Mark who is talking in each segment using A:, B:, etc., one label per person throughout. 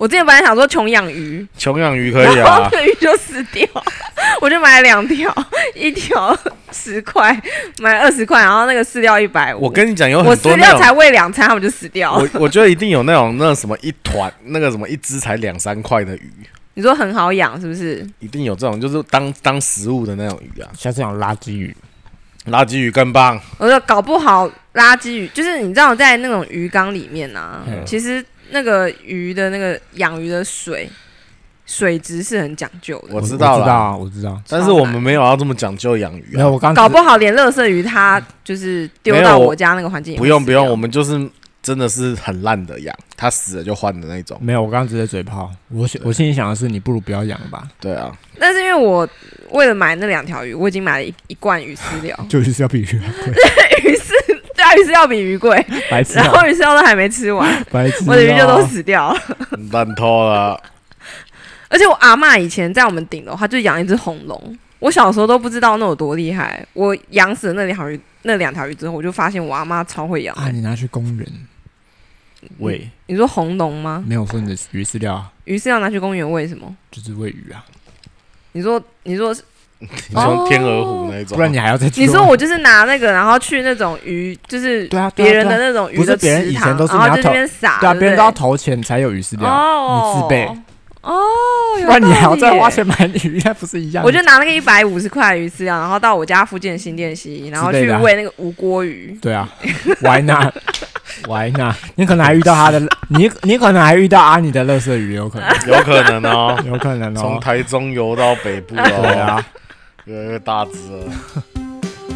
A: 我之前本来想说穷养鱼，
B: 穷养鱼可以
A: 然后
B: 啊，
A: 那鱼就死掉， 我就买了两条，一条十块，买二十块，然后那个饲料一百五。
B: 我跟你讲，有
A: 我
B: 很
A: 饲
B: 多那
A: 料才
B: 种，
A: 喂两餐，他们就死掉了。
B: 我我觉得一定有那种那什么一团那个什么一只才两三块的鱼，
A: 你说很好养是不是？
B: 一定有这种就是当当食物的那种鱼啊，
C: 下次养垃圾鱼，
B: 垃圾鱼更棒。
A: 我说搞不好垃圾鱼，就是你知道在那种鱼缸里面啊，
C: 嗯
A: 其实那个鱼的那个养鱼的水水质是很讲究的。
B: 我知
C: 知
B: 道
C: 知
B: 啦
C: 道啊，我知道。
B: 但是我们没有要这么讲究养鱼
C: 没有，
B: 啊，
C: 我刚
A: 搞不好连垃圾鱼它就是丢
B: 没
A: 到
B: 有
A: 我家那个环境也啊
B: 不
A: 会
B: 用
A: 死
B: 不用，
A: 掉
B: 我们就是真的是很烂的养，它死了就换的那种。
C: 没有，我刚刚只是嘴炮。我我心里想的是，你不如不要养了 吧，
B: 对啊，
A: 但是因为我为了买那两条鱼，我已经买了一一罐鱼饲 料，
C: 就是要比鱼
A: 啊鱼饲对啊，鱼饲料比鱼贵，
C: 白痴
A: 然
C: 啊，
A: 后鱼饲料都还没吃完，
C: 白痴啊，
A: 我的鱼就都死掉了。
B: 烂 透了。
A: 而且我阿嬷以前在我们顶楼，她就养一只红龙。我小时候都不知道那有多厉害。我养死了那两条鱼，那两条鱼之后，我就发现我阿妈超会养的、
C: 啊！你拿去公园喂，
A: 你说红龙吗？
C: 没有说你的鱼饲料啊，
A: 鱼是要拿去公园喂什么？
C: 就是喂鱼啊，
A: 你说，你说，
C: 哦
B: 你说天鹅湖那种，
C: 不然你还要再去
A: 你说我就是拿那个，然后去那种鱼，就是
C: 对啊，对啊
A: 别人的
C: 对啊
A: 那种
C: 不
A: 鱼
C: 是
A: 的
C: 别人
A: 池
C: 以前
A: 塘，
C: 都是
A: 然后
C: 拿
A: 就
C: 头
A: 这边撒，
C: 对啊，
A: 不
C: 别人都要投钱才有鱼饲料，
A: 哦，
C: 你自备
A: 哦，有
C: 不然你还要
A: 道理耶
C: 再花。钱买鱼，那不是一样？
A: 我就拿那个一百五十块的鱼饲料，然后到我家附近的新店溪，然后
C: 之类
A: 去
C: 的啊
A: 喂那个无锅鱼。
C: 对啊，Why not？Why not？你可能还遇到他的，你你可能还遇到阿尼的垃圾鱼，有可能，
B: 有可能哦。
C: 有可能
B: 从
C: 哦。
B: 台中游到北部
C: 对
B: 哦，
C: 啊，
B: 越来越大只了。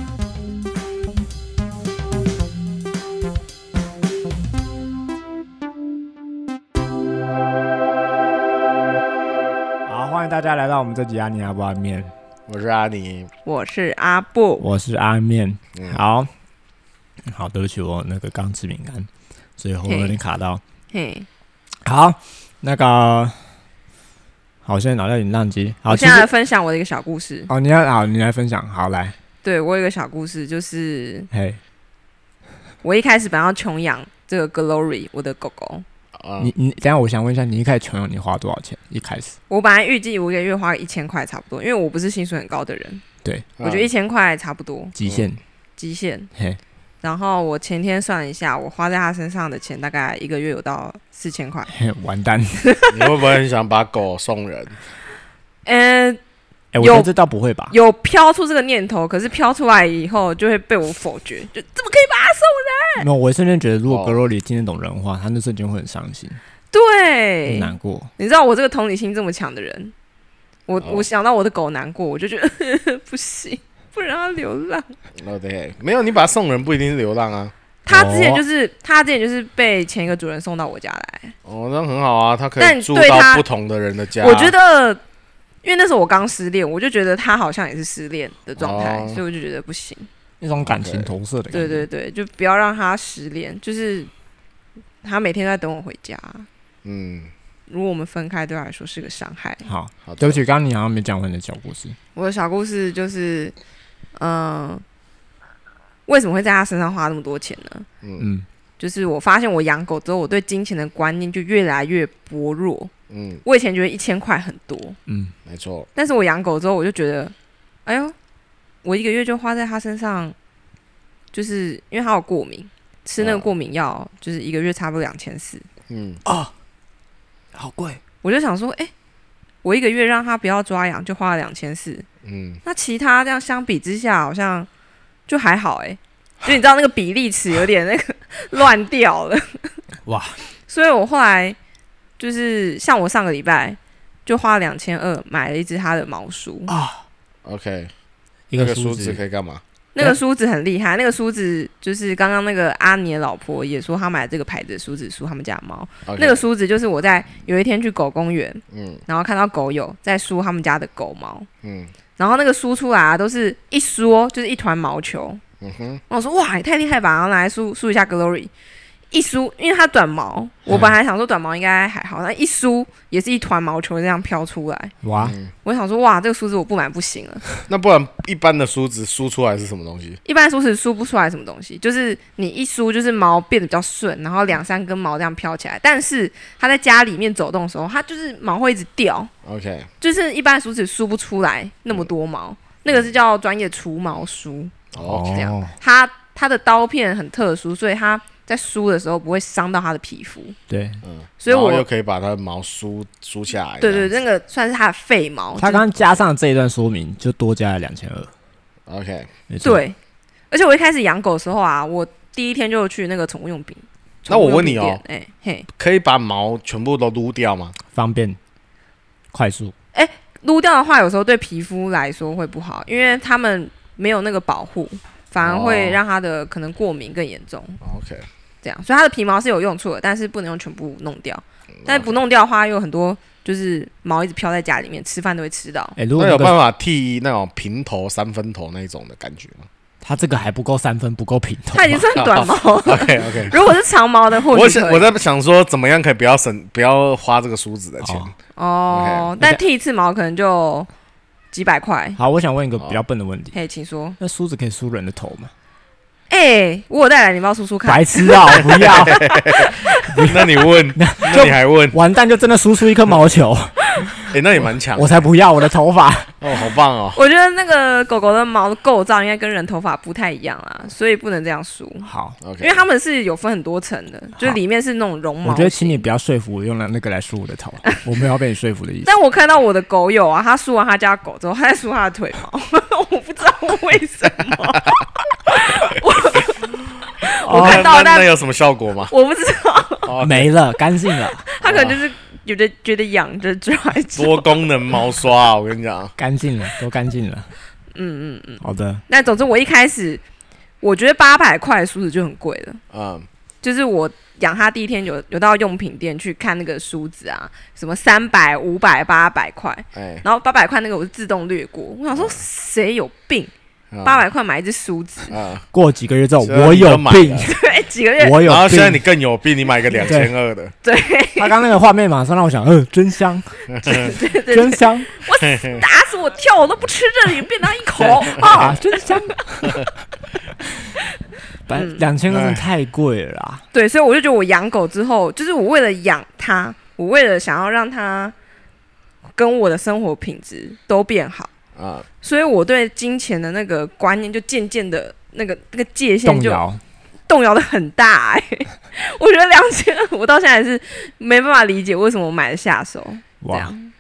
C: 好，欢迎大家来到我们这集阿尼阿不阿面，
B: 我是阿尼，
A: 我是阿布，
C: 我是阿面
B: 嗯。
C: 好，好，对不起，我那个刚吃饼干，所以喉咙有点卡到。
A: 嘿，
C: 好，那个，好，我现在脑袋有点宕机。好，
A: 我
C: 其
A: 现在来
C: 实
A: 分享我的一个小故事。
C: 哦，你要好，你来分享，好来，
A: 对我有一个小故事，就是
C: 嘿，
A: 我一开始本来要穷养这个 Glory 我的狗狗，
B: 啊，
C: 你你等一下，我想问一下，你一开始穷游你花多少钱？一开始，
A: 我本来预计我一个月花一千块差不多，因为我不是薪水很高的人，
C: 对，
B: 呃
A: 我觉得一千块差不多
C: 极限，
A: 极限。
C: 啊嘿，
A: 然后我前天算了一下，我花在它身上的钱大概一个月有到四千块。
C: 嘿，完蛋。
B: 你会不会很想把狗送人？
A: 嗯、
C: 哎、我
A: 有
C: 觉得这倒不会吧？
A: 有飘出这个念头，可是飘出来以后就会被我否决，就怎么可以把它送？
C: 没有，我瞬间觉得，如果
B: 哦
C: 格罗里听得懂人话，他那瞬间会很伤心、很
A: 对，
C: 难过。
A: 你知道我这个同理心这么强的人，我、
B: 哦
A: 我想到我的狗难过，我就觉得呃不行，不让它流浪。
B: 哦对，没有，你把它送人不一定是流浪啊。
A: 它之前
C: 哦
A: 就是它之前就是被前一个主人送到我家来，
B: 哦，那很好啊，它可
A: 但
B: 以
A: 你
B: 住
A: 对
B: 到
A: 它
B: 不同的人的
C: 啊
B: 家。
A: 我觉得，因为那时候我刚失恋，我就觉得它好像也是失恋的状态，
B: 哦
A: 所以我就觉得不行。
C: 那种感
B: OK
C: 情投射的感觉。
A: 对对对，就不要让它失恋，就是它每天都在等我回家。
B: 嗯，
A: 如果我们分开，对它来说是个伤害。
C: 好，
B: 好的，
C: 对不起，刚刚你好像没讲完你的小故事。
A: 我的小故事就是，嗯、为什么会在他身上花那么多钱呢？
B: 嗯
C: 嗯，
A: 就是我发现我养狗之后，我对金钱的观念就越来越薄弱。
B: 嗯，
A: 我以前觉得一千块很多，
C: 嗯，
B: 没错，
A: 但是我养狗之后，我就觉得，哎呦，我一个月就花在它身上，就是因为它有过敏，吃那个
B: 哦
A: 过敏药，就是一个月差不多两千四。
B: 嗯，
C: 啊好贵。
A: 我就想说，哎、我一个月让它不要抓痒，就花了两千四，
B: 嗯，
A: 那其他这样相比之下，好像就还好哎、就你知道那个比例尺有点那个乱掉了。
C: 哇！
A: 所以我后来就是像我上个礼拜就花两千二买了一只它的毛梳，
C: 啊
B: OK，
C: 一
B: 那
C: 个
B: 个
C: 梳
B: 梳
C: 子
B: 子可以干嘛？
A: 那个梳子很厉害，那个梳子就是刚刚那个阿尼的老婆也说她买这个牌子的梳子梳他们家的猫。那个，梳子就是我在有一天去狗公园，
B: 嗯
A: 然后看到狗友在梳他们家的狗毛，
B: 嗯
A: 然后那个梳出来啊都是一梳哦就是一团毛球，
B: 嗯哼，
A: 然后我说哇，也太厉害吧！然后拿来梳梳一下 Glory，一梳，因为它短毛，我本来想说短毛应该还好，但一梳也是一团毛球这样飘出来。
C: 哇，
B: 嗯
A: 我想说，哇，这个梳子我不买不行了。
B: 那不然一般的梳子梳出来是什么东西？
A: 一般梳子梳不出来什么东西，就是你一梳就是毛变得比较顺，然后两三根毛这样飘起来。但是它在家里面走动的时候，它就是毛会一直掉，
B: OK，
A: 就是一般的梳子梳不出来那么多毛，那个是叫专业除毛梳。
B: 哦，
A: 这样，它它的刀片很特殊，所以它在梳的时候不会伤到它的皮肤。
C: 对
B: 嗯，
A: 所以
B: 然后
A: 我
B: 又可以把它的毛梳梳下来。
A: 对对，那个算是它的废毛。就
C: 他
A: 是
C: 刚加上这一段说明，就多加了两千二，
B: o k
C: 没错，
A: 对，而且我一开始养狗的时候啊，我第一天就去那个宠物用品。
B: 那我问你哦
A: 宠物用品店，哎、嘿，
B: 可以把毛全部都撸掉吗？
C: 方便、快速，
A: 撸掉的话，有时候对皮肤来说会不好，因为它们没有那个保护，反而会
B: 哦
A: 让它的可能过敏更严重。
B: OK，
A: 这样，所以它的皮毛是有用处的，但是不能用全部弄掉。但是不弄掉的话，又有很多就是毛一直飘在家里面，吃饭都会吃到。
C: 哎，如果
B: 那有
C: 那
B: 办
C: 个
B: 法剃那种平头、三分头那种的感觉吗
C: 他这个还不够三分，不够平头啊
A: 它已经
C: 吧，
A: 算短毛了，
B: ？OK OK，
A: 如果是长毛的，或
B: 我
A: 许
B: 想
A: 可以
B: 我在想说怎么样可以不要省不要花这个梳子的钱。
C: 哦
A: 哦
B: OK，
A: 但剃一次毛可能就几百块。
C: 好，我想问一个比较笨的问题，
A: 嘿，请说。
C: 那梳子可以梳人的头吗？
A: 哎、我有带来，你帮我梳梳看。
C: 白痴啊，我不要，
B: 那你问，那你还问？
C: 完蛋，就真的梳出一颗毛球，
B: 哎，那也蛮强的，
C: 我才不要我的头发，
B: 哦，好棒哦。
A: 我觉得那个狗狗的毛的构造应该跟人头发不太一样啊，所以不能这样梳，
C: 好。
B: OK，
A: 因为它们是有分很多层的，就是里面是那种绒毛。
C: 我觉得，请你不要说服我用了那个来梳我的头，我没有要被你说服 的意思。
A: 但我看到我的狗友啊，他梳完他家狗之后，他在梳他的腿毛， 我不知道为什么，我看到
B: 哦那
A: 但
B: 那有什么效 果吗？
A: 我不知道，
B: 哦，
C: 没了，干净了，
A: 他可能就是有的觉得痒着抓一抓。
B: 多功能毛刷啊，我跟你讲，
C: 干净了，都干净了。
A: 嗯嗯嗯。
C: 好的，
A: 那总之，我一开始我觉得八百块的梳子就很贵了，
B: 嗯，
A: 就是我养它第一天有有到用品店去看那个梳子啊，什么三百、五百、八百块，
B: 哎，
A: 然后八百块那个我是自动略过，我想说
C: 嗯
A: 谁有病，八
B: 八
A: 百块买一只梳子，
B: 嗯，
C: 过几个月之后
B: 现在
C: 我
B: 你
C: 有
B: 就买
C: 病
B: 了，
A: 对，几个月
C: 我有
B: 然后现在你
C: 病。
B: 更有病，你买个两千二的，
A: 对
C: 他刚那个画面马上让我想，呃，真香，
A: 对对对，
C: 真香
A: 打死我跳我都不吃这里便当一口
C: 啊，
A: 啊！
C: 真香。 百
A: 嗯
C: 两千个真的
B: 哎
C: 太贵了啦，
A: 对，所以我就觉得我养狗之后，就是我为了养它，我为了想要让它跟我的生活品质都变好。
B: 啊，
A: 所以我对金钱的那个观念就渐渐的那个那个界限
C: 动
A: 就
C: 摇。
A: 动摇的很大、哎， 我觉得两千，我到现在还是没办法理解为什么我买得下手。这
C: 哇！
A: 样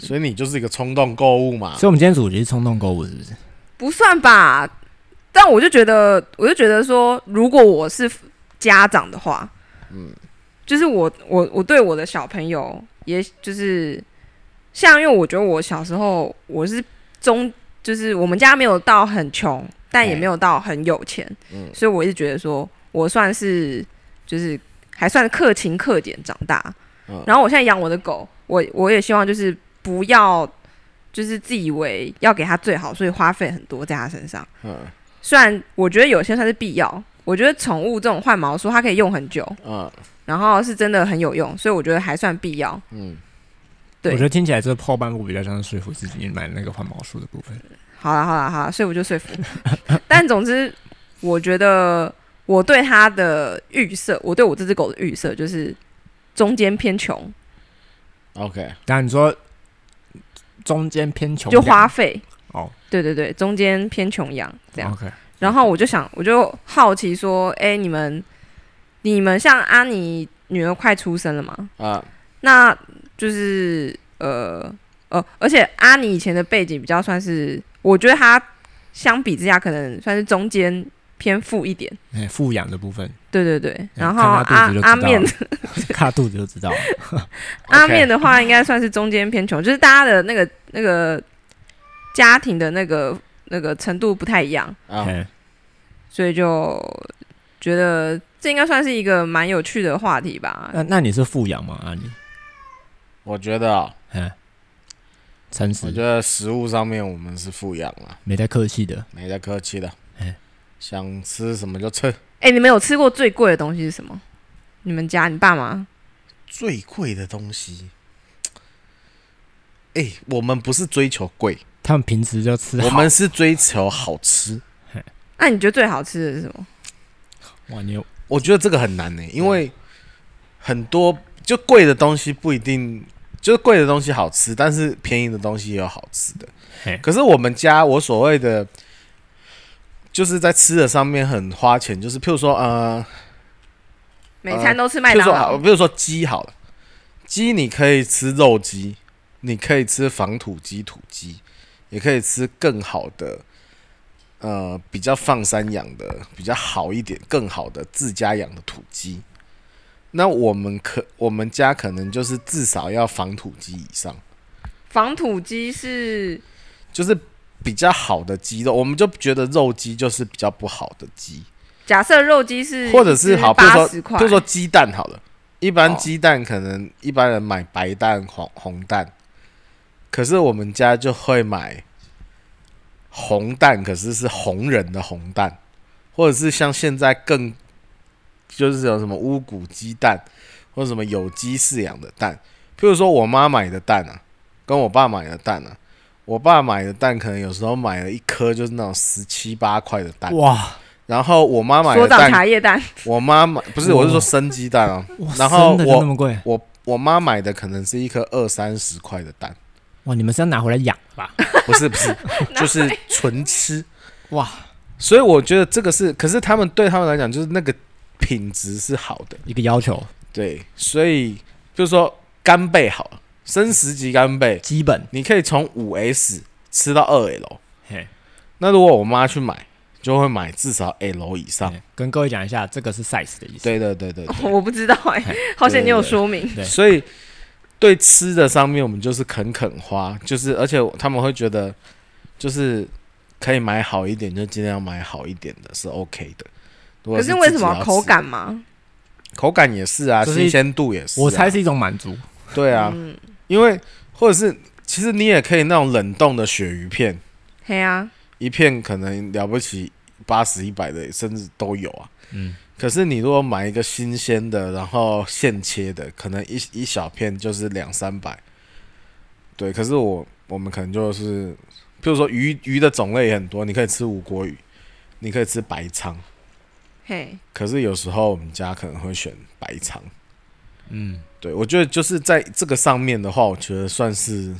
B: 所以你就是一个冲动购物嘛
C: 所以，我们今天主题是冲动购物，是不是？
A: 不算吧，但我就觉得，我就觉得说，如果我是家长的话，
B: 嗯
A: 就是我我我对我的小朋友，也就是像，因为我觉得我小时候我是中，就是我们家没有到很穷，但也
B: 哎
A: 没有到很有钱，
B: 嗯
A: 所以我一直觉得说我算是就是还算克勤克俭长大。
B: 嗯
A: 然后我现在养我的狗，我我也希望就是不要就是自以为要给它最好，所以花费很多在它身上。
B: 嗯
A: 虽然我觉得有些算是必要，我觉得宠物这种换毛梳它可以用很久，
B: 嗯
A: 然后是真的很有用，所以我觉得还算必要。
B: 嗯，
A: 对
C: 我觉得听起来这后半部比较像是说服自己买那个换毛梳的部分。
A: 好啦好啦好啦，所以我就说服。但总之，我觉得我对它的预设，我对我这只狗的预设就是中间偏穷，
B: OK，
C: 当然你说中间偏穷
A: 就花费。
C: 哦，
A: 对对对，中间偏穷养这样。
C: OK，
A: 然后我就想，我就好奇说，哎、你们你们像安妮女儿快出生了嘛？
B: 啊，
A: 那就是呃呃，而且阿妮以前的背景比较算是，我觉得她相比之下可能算是中间偏富一点。
C: 哎，富养的部分，
A: 对对对，然后
C: 哎
A: 阿
C: 看他肚子就知
A: 阿
C: 道
A: 面
C: 了 看他肚子就知道了。
A: 阿面的话，应该算是中间偏穷，就是大家的那个那个家庭的那个那个程度不太一样，
B: 啊，
C: 哎
A: 所以就觉得这应该算是一个蛮有趣的话题吧。
B: 呃
C: 那那你是富养吗？阿尼，
B: 我觉得哦，
C: 哎，诚实
B: 我觉，得食物上面我们是富养了，
C: 没在客气的。
B: 没在客气的
C: 哎，
B: 想吃什么就吃。
A: 哎、你们有吃过最贵的东西是什么？你们家你爸妈
B: 最贵的东西，哎、我们不是追求 贵，
C: 他们平时就吃好。
B: 我们是追求好吃。
A: 那、啊你觉得最好吃的是什么？
C: 哇，你有
B: 我觉得这个很难
C: 嗯
B: 呢、因为很多就贵的东西不一定，就是贵的东西好吃，但是便宜的东西也有好吃
C: 嘿
B: 的。可是我们家我所谓的就是在吃的上面很花钱，就是譬如说呃，
A: 每餐都吃
B: 譬
A: 麦
B: 如
A: 当
B: 说
A: 劳
B: 呃好，，譬如说鸡好了，鸡你可以吃肉鸡，你可以吃防土鸡、土鸡，也可以吃更好的。呃，比较放山养的，比较好一点、更好的自家养的土鸡。那我们可我们家可能就是至少要防土鸡以上，
A: 防土鸡是
B: 就是比较好的鸡肉，我们就觉得肉鸡就是比较不好的鸡，
A: 假设肉鸡是
B: 或者是好，比如
A: 八
B: 说
A: 十块，
B: 就说鸡蛋好了，一
A: 哦
B: 般鸡蛋可能一般人买白蛋、黄红蛋，可是我们家就会买红蛋，可是是红人的红蛋，或者是像现在更就是有什么乌骨鸡蛋，或者什么有机饲养的蛋，譬如说我妈买的蛋啊，跟我爸买的蛋啊。我爸买的蛋可能有时候买了一颗就是那种十七八块的蛋，
C: 哇
B: 然后我妈买
A: 所
B: 的
A: 长
B: 蛋
A: 茶叶蛋，
B: 我妈买不是，
C: 哇
B: 我是说生鸡蛋啊。
C: 哇，
B: 然后
C: 真的就那么贵？
B: 我我妈买的可能是一颗二三十块的蛋，
C: 哇，你们是要拿回来养的 吧？
B: 不是不是，就是纯吃。
C: 哇，
B: 所以我觉得这个是，可是他们对他们来讲，就是那个品质是好的。
C: 一个要求
B: 对，所以就是说干贝好了，生食级干贝，
C: 基本，
B: 你可以从五 S 吃到二 L。
C: 嘿，
B: 那如果我妈去买，就会买至少 L 以上。
C: 嘿跟各位讲一下，这个是 size 的意思。
B: 啊对对对对对
A: 我不知道 哎、好险你有说明。
C: 对
B: 所以对吃的上面，我们就是肯肯花，就是而且他们会觉得，就是可以买好一点，就尽量买好一点的是 OK 的。如果
A: 可
B: 是
A: 是为
B: 自
A: 什
B: 己
A: 么
B: 要
A: 口
B: 吃？
A: 感嘛？
B: 口感也是啊，
C: 这是
B: 新鲜度也是、啊
C: 我猜，是一种满足。
B: 对啊，
A: 嗯，
B: 因为或者是其实你也可以那种冷冻的鳕鱼片，
A: 嘿啊，
B: 一片可能了不起八十一百的，甚至都有啊。
C: 嗯，
B: 可是你如果买一个新鲜的，然后现切的，可能一一小片就是两三百。对，可是我我们可能就是，譬如说鱼鱼的种类也很多，你可以吃五国鱼，你可以吃白鲳。
A: 嘿，
B: 可是有时候我们家可能会选白鲳。
C: 嗯，
B: 对，我觉得就是在这个上面的话，我觉得算是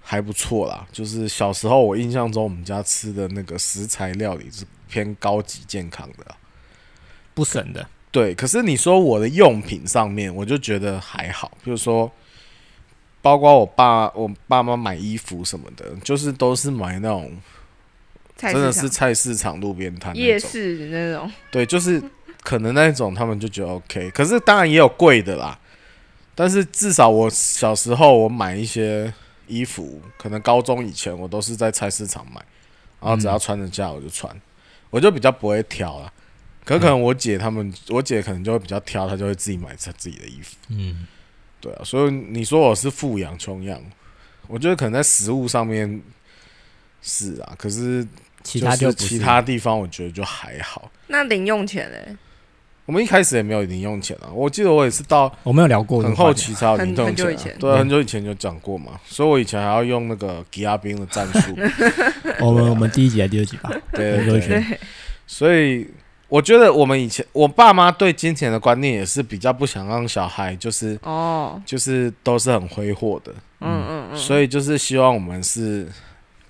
B: 还不错啦。就是小时候我印象中我们家吃的那个食材料理是偏高级健康的啊、
C: 不省的。
B: 对，可是你说我的用品上面，我就觉得还好，比如说，包括我爸我爸妈买衣服什么的，就是都是买那种
A: 菜
B: 真
A: 市
B: 的
A: 场
B: 是菜市场路边摊那
A: 夜
B: 种，
A: 市那种，
B: 对，就是可能那种他们就觉得 OK，可是当然也有贵的啦，但是至少我小时候我买一些衣服，可能高中以前我都是在菜市场买，然后只要穿得下我就穿，我就比较不会挑啦。可可能我姐他们，我姐可能就会比较挑，她就会自己买她自己的衣服。
C: 嗯，
B: 对啊，所以你说我是富养穷养，我觉得可能在食物上面是啊，可是
C: 其他
B: 就是
C: 不是
B: 其他地方我觉得就还好。
A: 那零用钱嘞、
B: 我们一开始也没有零用钱啊，我记得我也是到
C: 我没有聊过这
B: 很
C: 个话
B: 后
C: 题，
B: 期才有
A: 很
B: 零用
A: 很久以
B: 钱、啊
A: 前，
B: 对啊，
C: 嗯
B: 很久以前就讲过嘛，所以我以前还要用那个吉亚兵的战 术，
C: 我们我们第一集还是第二集吧？
B: 对
C: 很久
B: 对
C: 以前
B: 对，
A: 对，
B: 所以我觉得我们以前我爸妈对金钱的观念也是比较不想让小孩就是
A: 哦，
B: 就是都是很挥霍的，
A: 嗯嗯嗯，
B: 所以就是希望我们是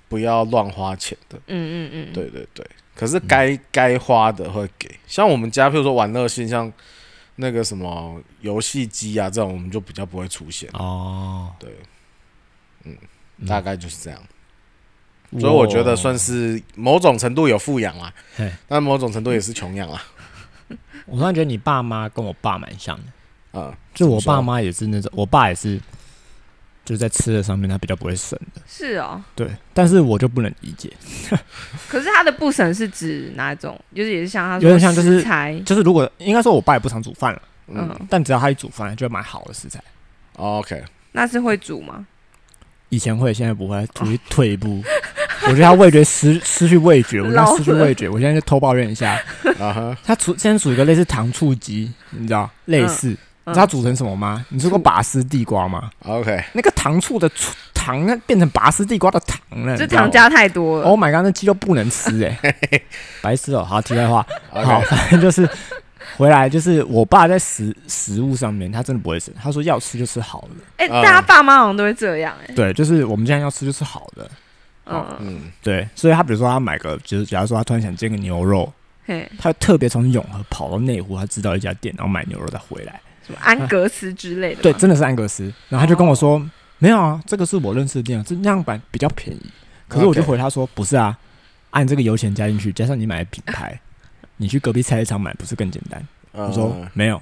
B: 不要乱花钱的，
A: 嗯嗯嗯，
B: 对对对。可是该该花的会给，像我们家，譬如说玩乐性，像那个什么游戏机啊这种，我们就比较不会出现。
C: 哦，
B: 对，嗯
C: 嗯，
B: 大概就是这样。所以我觉得算是某种程度有富养啦
C: 嘿，
B: 但某种程度也是穷养啦。
C: 我突然觉得你爸妈跟我爸蛮像的，
B: 啊、
C: 就我
B: 怎么
C: 爸
B: 说
C: 妈也是那种，我爸也是，就在吃的上面他比较不会省的，
A: 是哦。
C: 对，但是我就不能理解，
A: 可是他的不省是指哪种？就是也是像他说
C: 有点像就是
A: 食材，
C: 就是如果应该说我爸也不常煮饭了，
B: 嗯哦
A: 嗯，
C: 但只要他一煮饭，就会买好的食材。
B: ，OK，
A: 那是会煮吗？哦
C: 以前会，现在不会，处于退步。我觉得它味 觉失失去味觉，我觉得它
A: 老
C: 失去
A: 了
C: 味觉。我现在就偷抱怨一下，
B: 啊哈，
C: 它处现在煮一个类似糖醋鸡，你知道
A: 嗯
C: 类似，你知道它煮成什么吗？你吃过拔丝地瓜吗？
B: OK，
C: 那个糖醋的醋糖，那变成拔丝地瓜的糖了，
A: 这
C: 你知道吗
A: 糖。加太多了。
C: Oh my god，那鸡肉不能吃哎、 白痴哦、好，题外话，
B: OK
C: 好，反正就是回来就是我爸在食食物上面，他真的不会吃，他说要吃就吃好的，
A: 哎、大
B: 嗯
A: 家爸妈好像都会这样哎、
C: 对，就是我们今天要吃就吃好的，哦
A: 嗯，
B: 嗯，
C: 对，所以他比如说他买个，就是假如说他突然想煎个牛肉，
A: 嘿，
C: 他特别从永和跑到内湖，他知道一家店，然后买牛肉再回来，
A: 什么安格斯之类的。
C: 对，，真的是安格斯，然后他就跟我说、没有啊，这个是我认识的店啊，这那样版比较便宜，可是我就
B: OK
C: 回他说不是啊，按这个油钱加进去，加上你买的品牌，你去隔壁菜市场买不是更简单？
B: 我
C: 我说呃
B: 嗯
C: 没有，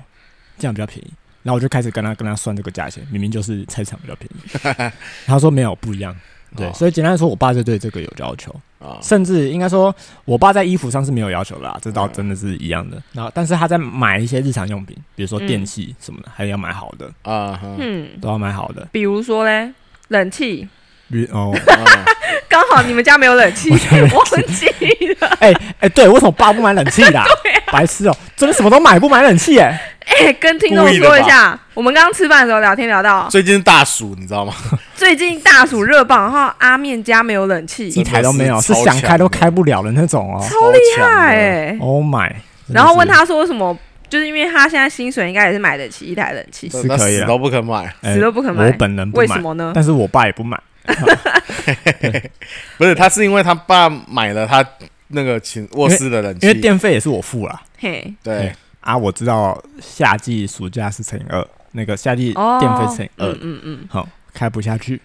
C: 这样比较便宜。然后我就开始跟他跟他算这个价钱，明明就是菜市场比较便宜。 他说没有，不一样。对，
B: 哦
C: 所以简单来说，我爸就对这个有要求，
A: 哦
B: 啊，
C: 甚至应该说，我爸在衣服上是没有要求的啦，这倒
B: 嗯
C: 真的是一样的。然后，但是他在买一些日常用品，比如说
A: 嗯
C: 电器什么的，还要买好的，
B: 啊哈，
A: 嗯，
C: 都要买好 的。
A: 比如说嘞，冷气，
C: 比如哦，
B: 啊
A: 刚好你们家没有冷气，忘记 了。
C: 哎哎，对，为什么我爸不买冷气 啦？
A: 啊
C: 白痴哦、真的什么都买不买冷气哎、
A: 哎、跟听众
B: 故意的吧
A: 说一下，我们刚刚吃饭的时候聊天聊到，
B: 最近大暑，你知 道吗？
A: 最近大暑热榜，然后阿面家没有冷气，
C: 一台都没有，
B: 真
C: 是
B: 的是超
C: 想开都
B: 强的
C: 开不了的那种哦、
A: 超厉害哎、
C: Oh my！真的
A: 然后问
C: 是
A: 他说什么，就是因为他现在薪水应该也是买得起一台冷气，
C: 是可以
B: 死
C: 啦
B: 都不肯买，
C: 哎
A: 死都不肯买
C: 我本人不
A: 为什
C: 买，
A: 么呢？
C: 但是我爸也不买。
B: 不是他是因为他爸买了他那个寝卧室的冷气，
C: 因为电费也是我付啦。
A: 嘿，
B: 对
C: 嗯啊，我知道夏季暑假是乘以二，那个夏季
A: 哦，
C: 电费乘以
A: 嗯
C: 二，
A: 嗯嗯，
C: 好、开不下去。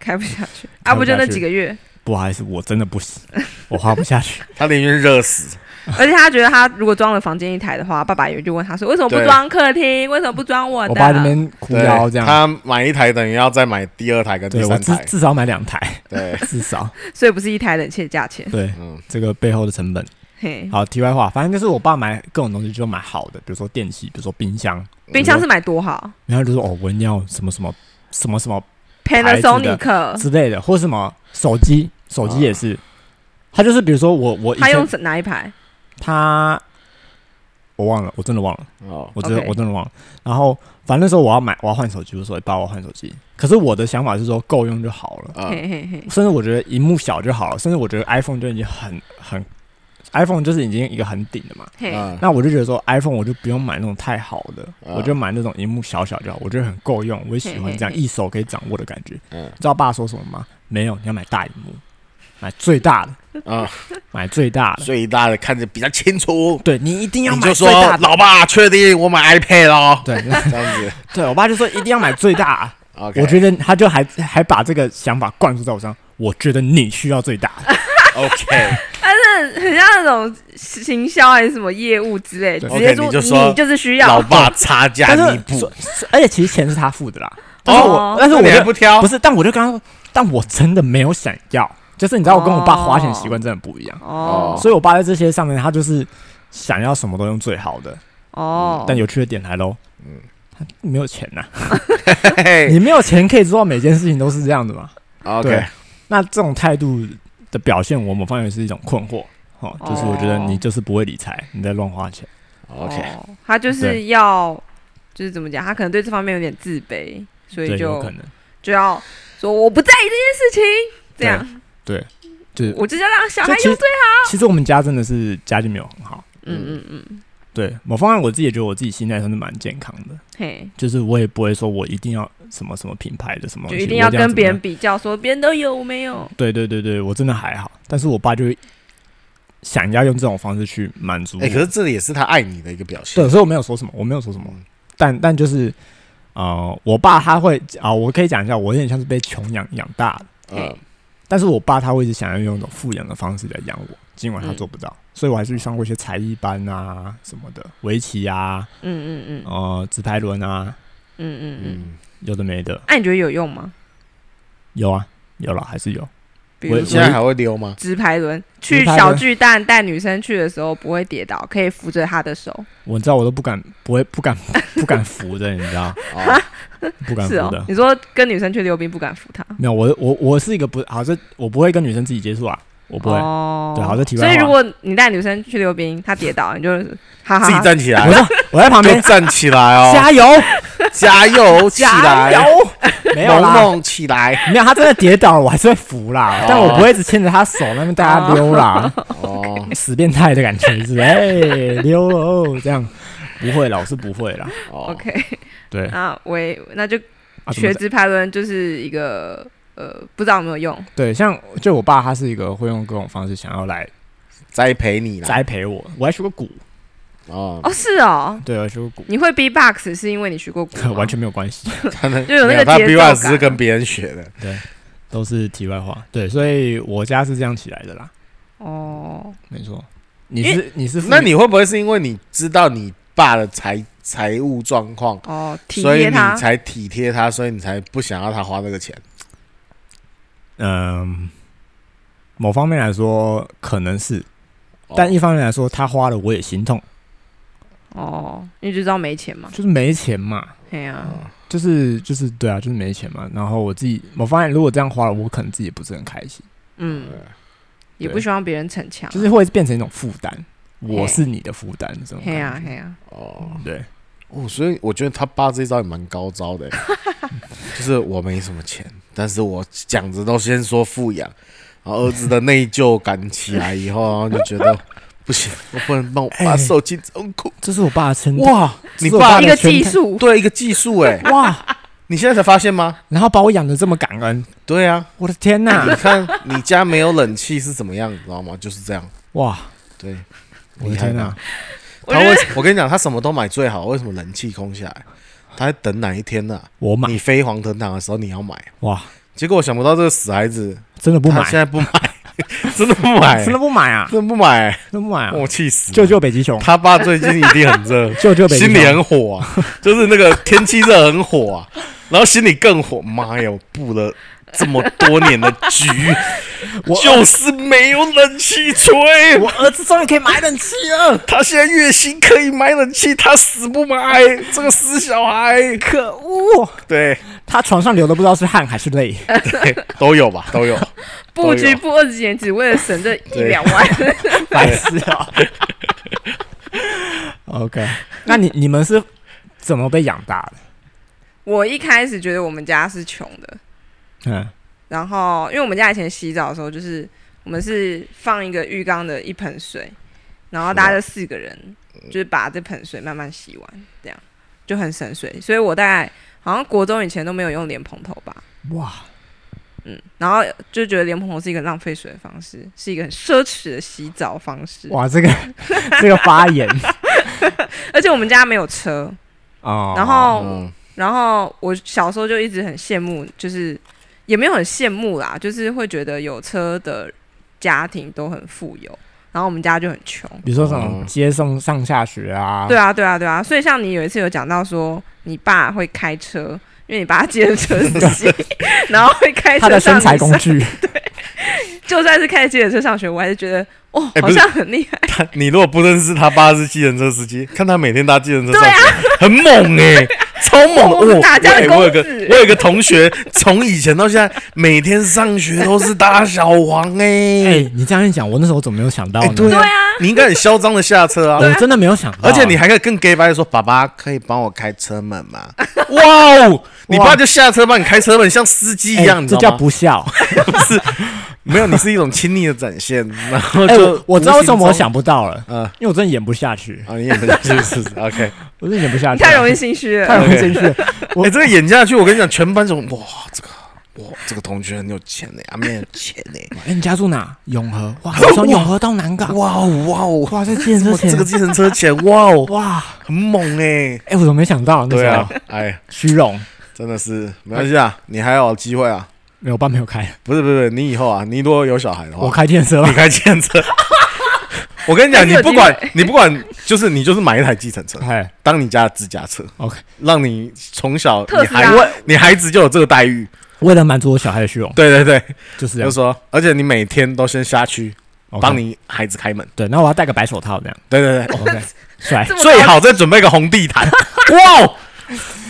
A: 开不下去
C: 开不下去
A: 啊，不就那几个月，
C: 不好意思，我真的不行， 我花不下去。
B: 他宁愿热死，
A: 而且他觉得他如果装了房间一台的话，爸爸也就问他说，为什么不
B: 对
A: 装客厅？为什么不装我的？
C: 我爸这边哭
B: 对
C: 腰这，样，
B: 他买一台等于要再买第二台跟第
C: 对我
B: 三
C: 至
B: 台，
C: 至少买两 台，
B: 对，
C: 至少
A: 所以不是一台冷气的价钱。
C: 对
B: 嗯
C: 这个背后的成本。
A: 嘿，
C: 好，题外话，反正就是我爸买各种东西就买好的，比如说电器，比如说冰箱，
B: 嗯
A: 冰箱是买多好
C: 然后就说哦，我一定要什么什么什么什么牌子的
A: ？Panasonic，
C: 之类的，或什么手机，手机也是，他就是比如说我我以
A: 哦他
C: 前
A: 用哪一排？
C: 他我忘了，我真的忘了，
B: 哦，
C: 我真的
A: OK
C: 我真的忘了。然后反正那时候我要买，我要换手机，我说爸，我要换手机。可是我的想法是说够用就好了，
B: 啊，
A: 嘿嘿嘿，
C: 甚至我觉得荧幕小就好了，甚至我觉得 iPhone 就已经很很 iPhone 就是已经一个很顶的嘛。
A: 嘿，
B: 嗯
C: 那我就觉得说 iPhone 我就不用买那种太好的，
B: 啊
C: 我就买那种荧幕小小就好，我觉得很够用，我也喜欢这样
A: 嘿嘿嘿
C: 一手可以掌握的感觉。
B: 嗯
C: 你知道爸说什么吗？没有，你要买大荧幕，买最大的，
B: 啊，
C: 买最大的。
B: 最大的看着比较清楚，
C: 对你一定要
B: 你
C: 买
B: 就
C: 最
B: 说
C: 大的。
B: 老爸，确定我买 iPad 哦咯，
C: 对
B: 这样 子
C: 对，我爸就说一定要买最大。啊
B: ，OK，
C: 我觉得他就还还把这个想法灌输在我身上。我觉得你需要最大的，
B: OK，
A: 很像那种行销还是什么业务之类，直
B: 对
A: 接
B: OK，你就
A: 说
B: 说
A: 你就是需
B: 老
A: 要。
B: 爸差价
C: 但
B: 弥
C: 是
B: 补
C: 所，所而且其实钱是他付的啦。但是我、
A: 哦
C: 但是我
B: 你还
C: 就
B: 不挑
C: 不，是，但我就跟他说，但我真的没有想要。就是你知道，我跟我爸花钱习惯真的不一样，
A: 哦
C: 所以我爸在这些上面，他就是想要什么都用最好的。
A: 哦，
C: 但有趣的点来喽，嗯，他没有钱呐、
B: 嘿嘿
C: 你没有钱可以做到每件事情都是这样的嘛？
B: ，OK，
C: 对那这种态度的表现，我某方面是一种困惑。哦，就是我觉得
A: 哦
C: 你就是不会理财，你在乱花钱。
B: OK，
A: 哦他就是
C: 对
A: 要就是怎么讲，他可能对这方面有点自卑，所以
C: 对，有
A: 就
C: 可能。
A: 就要说我不在意这件事情，这
C: 对
A: 样
C: 就是
A: 我就是要让小孩
C: 就其
A: 有
C: 实其实我们家真的是家境没有很好，
A: 嗯嗯嗯，
C: 对某方面我自己也觉得我自己心态算是蛮健康的，
A: 嘿，
C: 就是我也不会说我一定要什么什么品牌的什么
A: 就
C: 东西，
A: 一定要
C: 我这样
A: 跟别人
C: 怎么
A: 比
C: 样。
A: 较，说别人都有我没有，
C: 对对对对，我真的还好，但是我爸就会想要用这种方式去满足我。
B: 哎，可是这也是他爱你的一个表现
C: 对，，所以我没有说什么，我没有说什么，
B: 嗯
C: 但但就是呃，我爸他会啊、我可以讲一下，我有点像是被穷养养大的，
B: 嗯
C: 但是我爸他会一直想要用一种富养的方式来养我，尽管他
B: 嗯
C: 做不到，所以我还是上过一些才艺班啊什么
B: 嗯
C: 的，围棋啊，
A: 嗯嗯嗯
C: 呃，直排轮啊，
A: 嗯嗯嗯，
B: 嗯，
C: 有的没的，
A: 那、你觉得有用吗？
C: 有啊，有了，还是有。
A: 比如
C: 我
B: 现
A: 说
B: 在还会溜吗？
A: 直排轮，去
C: 直排轮
A: 小巨蛋带女生去的时候不会跌倒，可以扶着她的手，
C: 我知道，我都不敢，不会，不敢， 不敢扶的，你知道，
B: 哦
C: 不敢扶
A: 是哦
C: 的。，
A: 你说跟女生去溜冰不敢扶她，
C: 没没有，我我我是一个不好，这我不会跟女生自己接触啊，我不会。
A: 哦，
C: 对好这题外
A: 所以
C: 话
A: 如果你带女生去溜冰，她跌倒，你就哈哈
B: 自己
A: 哈。
B: 站起来
C: 我，说我在旁
B: 就
C: 边
B: 站起来 哦，
C: 加油
B: 加油起
C: 加
B: 来，
C: 油，没有
B: 萌
C: 啦，
B: 萌起来，
C: 没有，他真的跌倒了，我还是会扶啦
B: 哦，
C: 但我不会一直牵着他手那边带他溜啦，
B: 哦
C: 死变态的感觉是哎溜哦这样，不会啦，我是不会啦，
B: 哦，
A: OK，
C: 对啊
A: 那喂，那就
B: 啊
C: 怎么
A: 学直排轮就是一个呃，不知道有没有用。
C: 对，像就我爸他是一个会用各种方式想要来
B: 栽培你啦，
C: 栽培我，我还学过鼓，
B: 哦，
A: 哦，是哦，
C: 对，我还学过鼓，
A: 你会 B-box 是因为你学过鼓 吗，
C: 完全没有关系，
B: 他那
A: 就有那个
B: 没他
A: 节奏
B: B 二
A: 感
B: 只是跟别人学的，
C: 都是题外话，对，所以我家是这样起来的啦，
A: 哦，
C: 没错，你
A: 因
C: 是你是父
B: 那你会不会是因为你知道你爸的财财务状况，
A: 哦，体
B: 所以
A: 贴
B: 你
A: 他，
B: 才体贴他，所以你才不想要他花这个钱？
C: 嗯，某方面来说可能是，
B: 哦
C: 但一方面来说，他花了我也心痛，
A: 哦，因为就知道没钱嘛，
C: 就是没钱嘛，
A: 哎呀、
B: 哦
C: 就是就是对啊，就是没钱嘛。然后我自己某方面如果这样花了，我可能自己也不是很开心，
A: 嗯，也
C: 对
A: 不希望别人逞强，啊
C: 就是会变成一种负担，我
A: 嘿
C: 是你的负担这种
A: 嘿啊呀
C: 感觉。
A: 嘿呀，
B: 哦
C: 对，
B: 哦，所以我觉得他爸这一招也蛮高招的欸，就是我没什么钱，但是我讲着都先说富养，然后儿子的内疚感起来以后，然后就觉得不行，我不能帮我爸
C: 哎
B: 受尽痛苦。
C: 这是我爸的称赞，
B: 哇，你
C: 是我哎爸
B: 爸
C: 的
A: 一个
C: 全
A: 技
C: 台
A: 术，
B: 对一个技术哎、
C: 哇！
B: 你现在才发现吗？
C: 然后把我养的这么感恩，
B: 对啊，
C: 我的天呐
B: 你！看你家没有冷气是怎么样，你知道吗？就是这样。
C: 哇，
B: 对，
C: 我的
B: 厉害
C: 天呐、
B: 吧
A: 我
B: 他
A: 觉
B: 为
A: 得
B: 什我跟你讲，他什么都买最好，为什么冷气空下来？他在等哪一天呢、
C: 我买
B: 你飞黄腾达的时候你要买，
C: 哇，
B: 结果想不到这个死孩子
C: 真的不买
B: 他，现在 不买，真的不买，
C: 真的不买啊，
B: 真的不买，
C: 真的不买啊！
B: 我气死了！
C: 救救北极熊，
B: 他爸最近一定很热，
C: 救救北极
B: 心
C: 熊！
B: 里很火啊，就是那个天气热很火啊，然后心里更火。妈呀，我布了这么多年的局，
C: 我
B: 就是没有冷气吹。
C: 我儿子终于可以买冷气了，
B: 他现在月薪可以买冷气，他死不买，这个死小孩。
C: 可恶！
B: 对
C: 他床上流的不知道是汗还是泪，
B: 对，都有吧，都有。
A: 布局布二十年，只为了省这一
B: 对
A: 两万，
C: 白痴啊！OK，那你你们是怎么被养大的？
A: 我一开始觉得我们家是穷的，
C: 嗯，
A: 然后因为我们家以前洗澡的时候，就是我们是放一个浴缸的一盆水，然后大家就四个人，
C: 嗯
A: 就是把这盆水慢慢洗完，这样就很省水。所以我大概好像国中以前都没有用莲蓬头吧，
C: 哇，
A: 嗯，然后就觉得莲蓬头是一个浪费水的方式，是一个很奢侈的洗澡方式。
C: 哇，这个这个发言
A: 而且我们家没有车，
C: 哦，
A: 然后、
B: 嗯，
A: 然后我小时候就一直很羡慕，就是也没有很羡慕啦，就是会觉得有车的家庭都很富有，然后我们家就很穷。
C: 比如说什么接送上下学啊，
A: 对啊，对啊，对啊。所以像你有一次有讲到说，你爸会开车，因为你爸接着车司 机，然后会开
C: 他
A: 车
C: 的
A: 上
C: 身材
A: 女生，
C: 工具，
A: 就算是开着接着车上学，我还是觉得哦，
B: 哎
A: 好
B: 不是
A: 像很厉害。
B: 他你如果不认识他爸是计程车司机，看他每天搭计程车上
A: 对啊
B: 学，很猛哎、超猛！
A: 我们打架的
B: 哎我有个
A: 公子
B: 我有个同学，从以前到现在，每天上学都是搭小黄哎、
C: 哎，你这样一讲，我那时候怎么没有想到
B: 哎
C: 呢？
B: 对
A: 对啊，
B: 你应该很嚣张的下车啊！
C: 我真的没有想 到，
B: 而且你还可以更 gay 白的说：“爸爸，可以帮我开车门吗？” 哇哦，你爸就下车帮你开车门，像司机一样，
C: 哎
B: 你知
C: 这
B: 道
C: 叫
B: 吗
C: 不 孝。
B: 不 是？没有，你是一种亲昵的展现。然后
C: 哎，
B: 就、
C: 我我知道为什么我，想不到了，
B: 嗯
C: 因为我真的演不下去，
B: 啊，你也不是是是 OK。
C: 我真的演不下
A: 你
C: 去，
A: 太容易心虚了
C: 太。容易进去了。
B: 哎、
C: 我
B: 这个演下去，我跟你讲，全班总哇，这个哇，这个同学很有钱呢、阿妹很有钱呢、
C: 哎，你家住哪？永和，哇，你从永和到南港，
B: 哇哦哇哦，
C: 哇，这建设
B: 哇
C: 钱，
B: 这个计程车钱，哇哦，
C: 哇，
B: 很猛哎、
C: 哎、我怎么没想到？那
B: 对
C: 时候
B: 啊，哎，
C: 虚 荣，
B: 真的是没关系啊，你还有机会啊。
C: 没有我爸没有开，
B: 不是不是，不是你以后啊，你如果有小孩的话，
C: 我 开电车
B: 你
C: 了。
B: 开计程车。我跟你讲，
A: 还是
B: 你
A: 有
B: 不
A: 机
B: 管你不管，就是你就是买一台计程车，
C: 哎
B: 当你家的自家车，
C: ，OK，
B: 让你从小
A: 特
B: 你
A: 斯拉
B: 孩你孩子就有这个待遇。
C: 为了满足我小孩的虚荣，
B: 对对对，
C: 就是
B: 就
C: 这样
B: 是。说，而且你每天都先下去
C: OK
B: 帮你哦孩子开门。
C: 对，然后我要戴个白手套这样。
B: 对对对，
C: OK，帅，
A: 这么
B: 最
A: 高
B: 好再准备个红地 毯。哇哦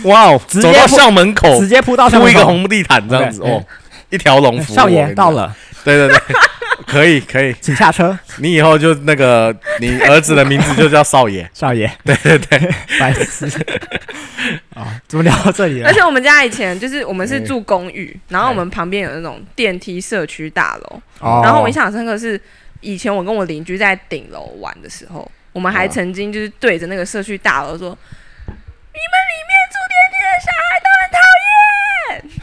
B: 哇哦，
C: 直接
B: 走到
C: 铺
B: 校门口
C: 哦直接扑到上
B: 铺
C: 面
B: 一个红地毯这样子
C: OK，
B: 哦，一条龙服务。
C: 少
B: 我跟
C: 爷
B: 你
C: 到
B: 讲，
C: 了，
B: 对对对， 可以可以，
C: 请下车。
B: 你以后就那个你儿子的名字就叫少爷，
C: 少爷，对对对，白痴 啊！怎么聊到这里 了
A: 而？且我们家以前就是我们是
B: 哎
A: 住公寓，然后我们旁边有那种电梯社区大楼，
C: 哦
A: 然后我印象很深刻是以前我跟我邻居在顶楼玩的时候，我们还
B: 啊
A: 曾经就是对着那个社区大楼说：“你们里面住电梯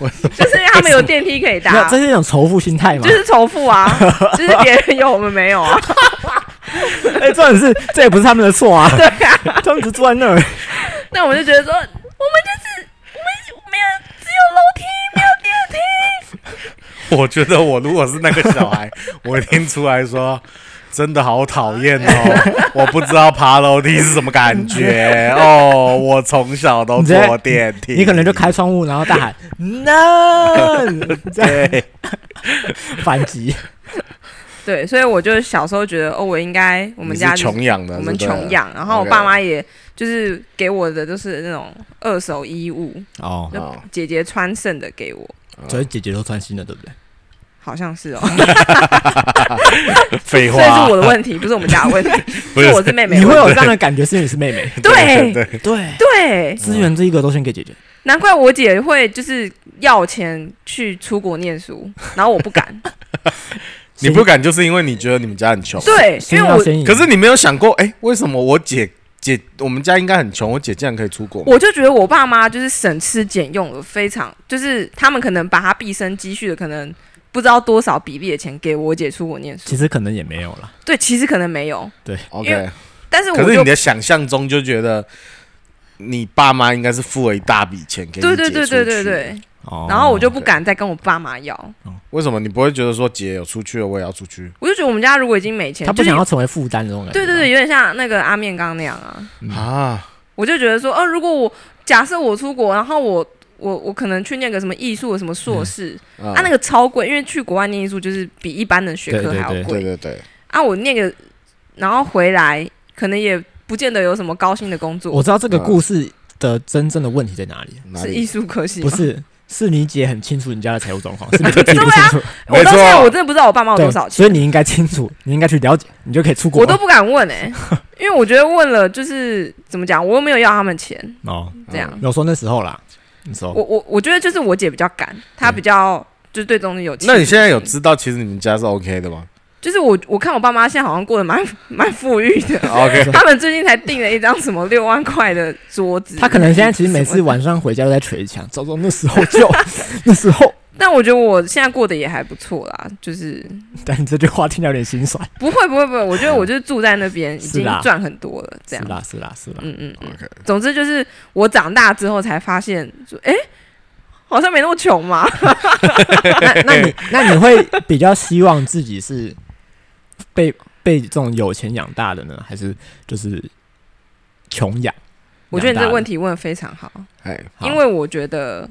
A: 的小孩都很讨厌。” 就是因为他们有电梯可以
C: 没有
A: 搭，
C: 这是一种仇富心态嘛？
A: 就是重复啊，就是别人有我们没有啊。
C: 哎，重点是这也不是他们的 错啊，
A: 对啊，
C: 他们只坐在那儿。
A: 那我们就觉得说，我们就是我们没有只有楼梯，没有电梯。
B: 我觉得我如果是那个小孩，我一定出来说，真的好讨厌 哦！我不知道爬楼梯是什么感觉哦，我从小都坐电梯。
C: 你可能就开窗户，然后大喊 “no”，这样
B: 对，
C: 反击。
A: 对，所以我就小时候觉得，哦，我应该我
B: 我
A: 们家就是
B: 穷养的，
A: 我们
B: 是不是
A: 穷养，然后我
B: OK 啊
A: 爸妈也就是给我的都是那种二手衣物，
C: 哦
A: 就
B: 哦
A: 姐姐穿剩的给我，
C: 所以姐姐都穿新的，对不对？
A: 好像是哦，
B: 废
A: 所以是
B: 话
A: 我，的问题，不是我们家的问题，
B: 不
A: 是我是妹妹
C: 你
A: 的
C: 会
A: 问题，
C: 有这样的感觉，是因为你是妹妹。
A: 对
B: 对，
C: 对，
A: 对，
C: 资源这一个都先给姐姐。
A: 难怪我姐会就是要钱去出国念书，然后我不敢，
B: 你不敢就是因为你觉得你们家很穷，
A: 对，
C: 先
A: 因为
C: 要
A: 我
C: 先赢
B: 可是你没有想过，哎，为什么我姐姐我们家应该很穷，我姐竟然可以出国？
A: 我就觉得我爸妈就是省吃俭用了，非常就是他们可能把他毕生积蓄的可能不知道多少比例的钱给我姐出国念书，
C: 其实可能也没有了。
A: 对，其实可能没有，因
B: OK，
A: 为但是我
B: 可是
A: 就
B: 你的想象中就觉得。你爸妈应该是付了一大笔钱给你
A: 对对对
B: 姐出
A: 对对
B: 去
A: 对，
C: 哦
A: 然后我就不敢再跟我爸妈要，
B: 为什么你不会觉得说姐有出去了，我也要出去
A: 我就觉得我们家如果已经没钱，
C: 他不想
A: 就是
C: 要成为负担这种感觉。
A: 对对对，，有点像那个阿面刚那样啊，
C: 嗯
B: 啊？
A: 我就觉得说，呃，如果我假设我出国，然后我我我可能去念个什么艺术的什么硕士，
C: 嗯
B: 啊
A: 啊，那个超贵，因为去国外念艺术就是比一般的学科还要贵
C: 对对
B: 对对对，
A: 啊，我念个然后回来可能也不见得有什么高薪的工作，
C: 我知道这个故事的真正的问题在哪里，
B: 哪
A: 是艺
B: 里？
A: 术科系吗
C: 不，是是你姐很清楚你家的财务状况，是你 自己不清楚。
A: 我到
B: 没错
A: 现在我真的不知道我爸妈有
C: 对
A: 啊哦多少，钱
C: 所以。你应该清楚，你应该去了解，你就可以出国。
A: 我都不敢问哎、 因为我觉得问了就是怎么讲，我又没有要他们钱，
C: 哦，
A: 这样。
C: 没有说那时候啦，那时候
A: 我我我觉得就是我姐比较敢，她比较就是对东西有。
B: 那你现在有？知道其实你们家是 OK 的吗
A: 就是我我看我爸妈现在好像过得蛮 蛮富裕 的，
B: ？OK，
A: 他们最近才订了一张什么六万块的桌子。
C: 他可能现在其实每次晚上回家都在捶墙，早知道那时候 就那时候。
A: 但我觉得我现在过得也还不错啦，就是
C: 但你这句话听起来有点心酸。
A: 不会不会不会，我觉得我就是住在那边已
C: 嗯是
A: 经
C: 啦
A: 赚很多了，这
C: 是
A: 样。
C: 啦，是啦，是啦。
A: 嗯嗯嗯
B: OK。
A: 总之就是我长大之后才发现，说哎、诶好像没那么穷嘛。
C: 那 那你那你会比较希望自己是被被这种有钱养大的呢，还是就是穷养？
A: 我觉得你这个问
C: 题，
A: 题问的非常好。
B: 哎，
C: 好
A: 因为我觉得，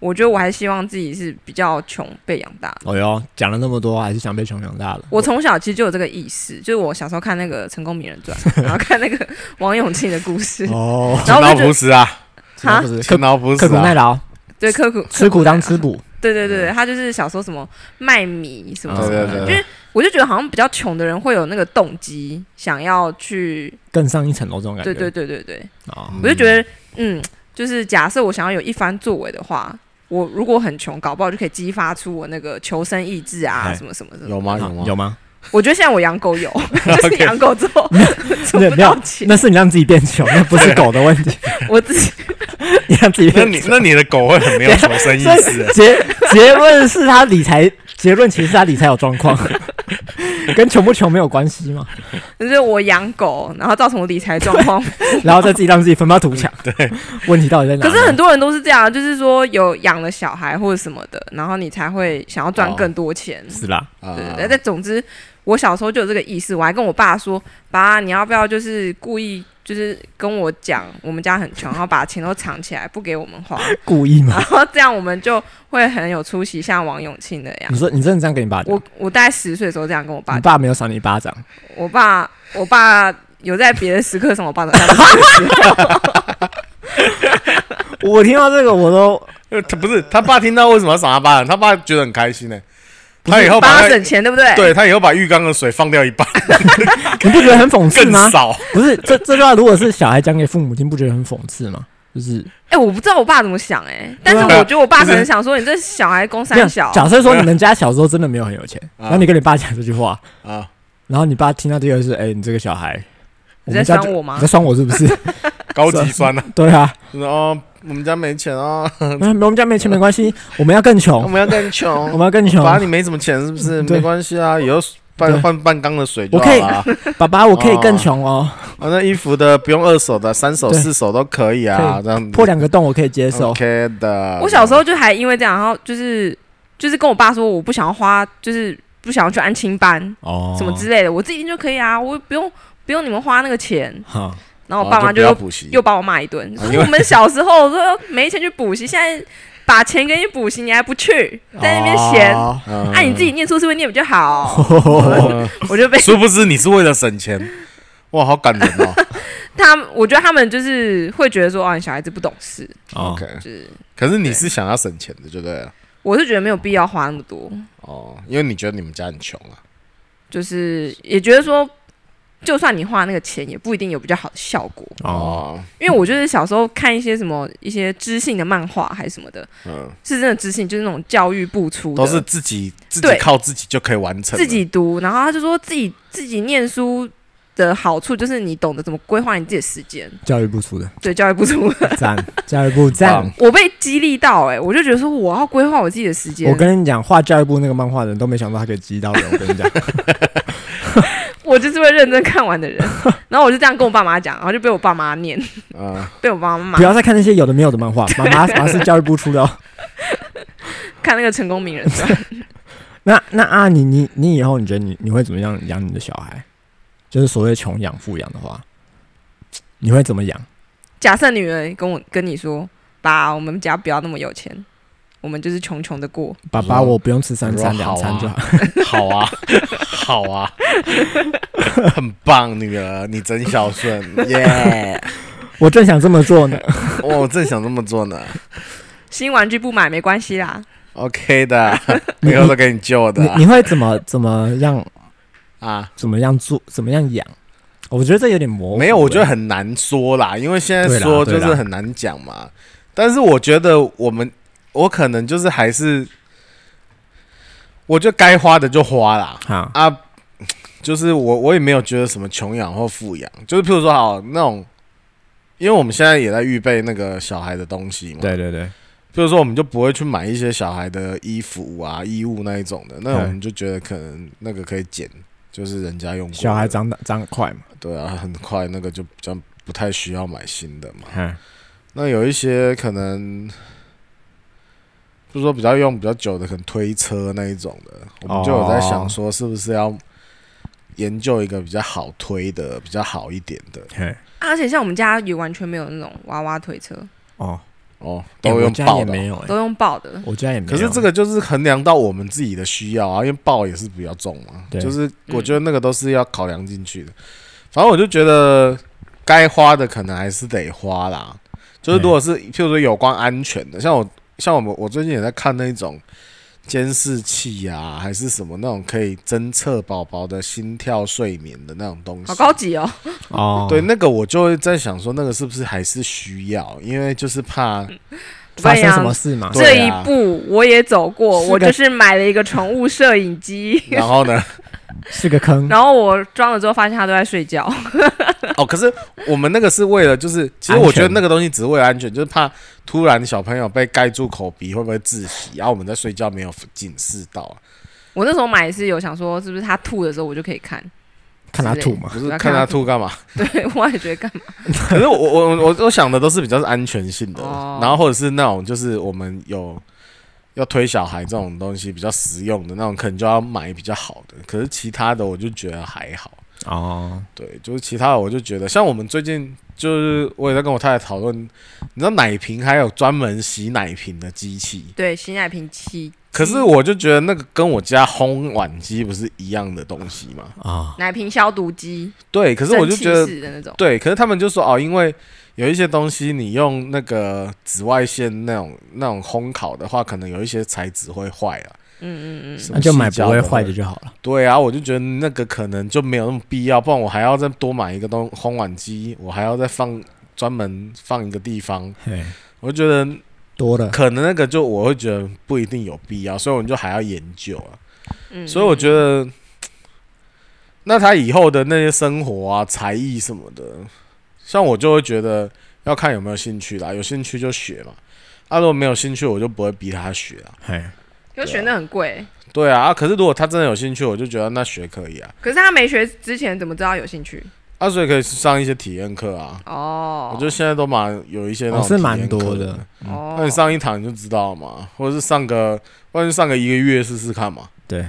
A: 我觉得我还希望自己是比较穷被养大的。
C: 哦哟，讲了那么多，还是想被穷养大的。
A: 我从小其实就有这个意识，就是我小时候看那个《成功名人传》，然后看那 个王永庆的故事，
C: 哦，
A: 然
B: 勤
A: 后我
B: 劳
A: 就觉
B: 朴
A: 得
B: 实啊，
A: 哈
C: 不是
B: 勤
C: 刻
B: 劳朴实
C: 刻苦耐
B: 啊，
C: 劳，
A: 对刻苦
C: 吃苦当，吃嗯
A: 刻耐
C: 苦。
A: 劳对对对，对他就是小时候什么卖米
C: 嗯
A: 什么
B: 对
A: 什么
B: 对
A: 的，就
B: 对对，
A: 是我就觉得好像比较穷的人会有那个动机想要去，
C: 更上一层楼这种感觉。
A: 对对对对对，
C: 啊，
A: 我就觉得嗯，就是假设我想要有一番作为的话。我如果很穷，搞不好就可以激发出我那个求生意志啊，
C: 哎
A: 什么什么的。
B: 有吗？
C: 好
B: 有吗？
C: 啊有吗？
A: 我觉得现在我养狗 有，就是养狗之后存
C: 那
A: 不
C: 没
A: 到
C: 有，
A: 钱，
C: 那是你让自己变穷，那不是狗的问题，
A: 我自己
C: 你让自己
B: 啊 那
C: 变
B: 你
C: 穷。
B: 那你的狗会很没有求生意
C: 所以
B: 识欸，
C: 结结论是他理财，结论其实是他理财有状况，跟穷不穷没有关系嘛。
A: 就是我养狗，然后造成我理财状况。
C: 然后再自己让自己分发图强。对，问题到底在哪
A: 可
C: 呢？
A: 是很多人都是这样，啊就是说有养了小孩或者什么的，然后你才会想要赚
B: 哦
A: 更多钱。
C: 是啦，
B: 啊
A: 对，对但总之，我小时候就有这个意识，我还跟我爸说：“爸，你要不要就是故意就是跟我讲我们家很穷，然后把钱都藏起来不给我们花，
C: 故意嘛
A: 然？后这样我们就会很有出息，像王永庆那样
C: 你。说你真的这样跟你爸”讲？
A: 我我大概十岁的时候这样跟我爸
C: 你
A: 讲。
C: 爸没有赏你一巴掌，
A: 我爸，我爸有在别的时刻 从我爸掌下
C: 我听到这个我都
B: 呃他不是他爸听到为什么要赏他巴掌？他爸觉得很开心呢、他以后
A: 帮
B: 把
A: 他
B: 他
A: 省钱，对不对？
B: 对他以后把浴缸的水放掉一半，
C: 你不觉得很讽刺
B: 更
C: 吗？
B: 少。
C: 不是，这这句话如果是小孩讲给父母听，不觉得很讽刺吗？就是
A: 哎、我不知道我爸怎么想哎、但是
B: 对啊
A: 我觉得我爸
B: 就是
A: 可能想说，你这小孩公
C: 没有
A: 三小，啊
C: 假设说你们家小时候真的没有很有钱，
B: 啊
C: 然后你跟你爸讲这句话，
B: 啊，
C: 然后你爸听到这个是，哎、你这个小孩，
A: 你
C: 们
A: 在
C: 家
A: 酸
C: 就
A: 我吗
C: 你在酸我是不是？
B: 高级酸 啊！
C: 对啊，
B: 然后我们家没钱啊，
C: 那我们家没钱没关系，我们要 更
B: 我
C: 穷，
B: 们要更
C: 我
B: 穷
C: 们。要更穷。
B: 嗯爸，你没什么钱是不是？
C: 对
B: 没关系啊，以后
C: 对
B: 半换半缸的水就
C: 我
B: 好
C: 可以
B: 了啊。
C: 爸爸，我可以更穷哦，
B: 啊，那衣服的不用二手的，三手
C: 对
B: 四手都可以啊，这样子
C: 破两个洞我可以接受。
B: OK 的。
A: 我小时候就还因为这样，然后就是就是跟我爸说，我不想要花，就是不想要去安亲班
C: 哦
A: 什么之类的，我自己就可以啊，我不用不用你们花那个钱。
C: 哈，
A: 然后我爸妈
B: 哦就
A: 就
B: 不要
A: 又
B: 补习，
A: 又把我骂一顿，
B: 啊
A: 说
B: 因为
A: 我们小时候说没钱去补习，现在把钱给你补习，你还不去，在那边嫌。
C: 哦
B: 嗯
A: 啊，你自己念书是不是念比较 好？
B: 哦
A: 我就被
B: 殊不知你是为了省钱，哇，好感人哦。
A: 他们，我觉得他们就是会觉得说，啊，你小孩子不懂事，
C: 哦
B: OK，
A: 就是
B: 可是你是想要省钱的，就对了。
A: 我是觉得没有必要花那么多，
B: 哦，因为你觉得你们家很穷啊。
A: 就是也觉得说，就算你花那个钱，也不一定有比较好的效果。
C: 哦，
B: 哦，
A: 因为我就是小时候看一些什么一些知性的漫画还是什么的，
B: 嗯，
A: 是真的知性，就是那种教育部出的，
B: 都是自己自己
A: 对
B: 靠自己就可以完成的，
A: 自己读，然后他就说自己自己念书的好处就是你懂得怎么规划你自己的时间，
C: 教育部出的
A: 对，教育部出。
C: 赞，教育部赞
B: 棒。
A: 我被激励到哎、欸我就觉得说我要规划我自己的时间。
C: 我跟你讲，画教育部那个漫画的人都没想到他可以激到人。我跟 你讲，
A: 我就是会认真看完的人，然后我就这样跟我爸妈讲，然后就被我爸妈念，
C: 啊
B: 嗯，
A: 被我爸妈骂
C: 不。要再看那些有的没有的漫画，妈妈妈是教育部出的哦。
A: 看那个成功名人传，
C: 那那啊，你你你以后你觉得你你会怎么样养你的小孩？就是所谓穷养富养的话，你会怎么养？
A: 假设女儿跟我跟你说，爸，我们家不要那么有钱，我们就是穷穷的过，
C: 爸爸，
B: 我说
C: 我不用吃三餐
B: 我说
C: 两
B: 好啊
C: 餐就好。
B: 好 啊，好啊，很棒，女儿，你真孝 顺，耶！
C: 我正想这么 做呢。
B: 哇我正想这么做呢
A: 新玩具不买没关系啦。
B: ，OK 的，以后都给你救
C: 你
B: 的啊
C: 你会怎么怎么样
B: 啊。
C: 怎么样做怎么样养？我觉得这有点模糊。欸
B: 没有，我觉得很难说啦，因为现在
C: 对啦
B: 说
C: 对
B: 就
C: 啦
B: 是很难讲嘛。但是我觉得我们，我可能就是还是，我觉得该花的就花啦。
C: 好
B: 啊，就是我我也没有觉得什么穷养或富养，就是譬如说好那种，因为我们现在也在预备那个小孩的东西嘛，，
C: 对对对，
B: 譬如说我们就不会去买一些小孩的衣服啊、衣物那一种的，那
C: 嗯
B: 我们就觉得可能那个可以减，就是人家用过的
C: 小孩长大长得快嘛。
B: 对啊，很快那个就比较不太需要买新的嘛。
C: 嗯
B: 那有一些可能，就是说比较用比较久的，可能推车那一种的，我们就有在想说，是不是要研究一个比较好推的、比较好一点的
C: 嘿
A: 啊而且像我们家也完全没有那种娃娃推 车，
C: 哦，
B: 哦，
C: 欸
B: 都
C: 我
B: 用
C: 家
B: 抱
C: 也
B: 的
C: 没
B: 哦。
C: 有哎，
A: 都用抱的。
C: 我家也没有。
B: 可是这个就是衡量到我们自己的需要啊，因为抱也是比较重嘛，
C: 对
B: 就是我
A: 嗯
B: 觉得那个都是要考量进去的。反正我就觉得该花的可能还是得花啦，就是如果是譬如说有关安全的，像我像我们我最近也在看那种监视器啊，还是什么那种可以侦测宝宝的心跳、睡眠的那种东西
A: 好。高级哦！
C: 哦，
B: 对，那个我就会在想说，那个是不是还是需要？因为就是怕
A: 嗯
C: 发生什么事嘛？
B: 对
A: 这
B: 啊
A: 一步我也走过，
C: 是个
A: 我就是买了一个宠物摄影机，
B: 然后呢，
C: 是个坑。
A: 然后我装了之后发现它都在睡觉。
B: 哦，可是我们那个是为了，就是其实我觉得那个东西只是为了安全，就是怕突然小朋友被盖住口鼻会不会窒息，然、后我们在睡觉没有警示到、啊，
A: 我那时候买是有想说，是不是它吐的时候我就可以看？
C: 看他吐嘛，
B: 不是看他吐干嘛？
A: 对，我也觉得干嘛？
B: 可是我我我我想的都是比较是安全性的，
A: 哦
B: 然后或者是那种就是我们有要推小孩这种东西比较实用的那种，可能就要买比较好的。可是其他的我就觉得还好。
C: 哦，
B: 对，就是其他的我就觉得，像我们最近就是我也在跟我太太讨论，你知道奶瓶还有专门洗奶瓶的机器，
A: 对，洗奶瓶器
B: 可是我就觉得那个跟我家烘碗机不是一样的东西嘛？
C: 啊，
A: 奶瓶消毒机，
B: 对，可
A: 可
B: 是我就觉得
A: 的那种，
B: 对，可是他们就说哦，因为有一些东西你用那个紫外线那种那种烘烤的话，可能有一些材质会坏啊。
A: 嗯嗯嗯，
B: 什么
C: 那就买
B: 细
C: 不
B: 胶
C: 会
B: 的
C: 坏的。就好了。
B: 对啊，我就觉得那个可能就没有那么必要，不然我还要再多买一个东烘碗机，我还要再放专门放一个地方。
C: 嘿，
B: 我就觉得
C: 多了，
B: 可能那个就我会觉得不一定有必要，所以我们就还要研究啊。
A: 嗯
B: 所以我觉得，那他以后的那些生活啊、才艺什么的，像我就会觉得要看有没有兴趣啦，有兴趣就学嘛。啊，如果没有兴趣，我就不会逼他学啊。
C: 嘿，
A: 可是学的很贵，
B: 对啊，啊，可是如果他真的有兴趣，我就觉得那学可以啊。
A: 可是他没学之前怎么知道有兴趣？
B: 啊，所以可以上一些体验课啊。
A: 哦，
B: 我觉得现在都蛮有一些那
C: 哦
B: 种
C: 是
B: 体
C: 蛮
B: 验
C: 多
B: 课
C: 的
A: 哦，
B: 那你上一堂你就知道嘛，或者是上个，或者是上个一个月试试看嘛。
C: 对，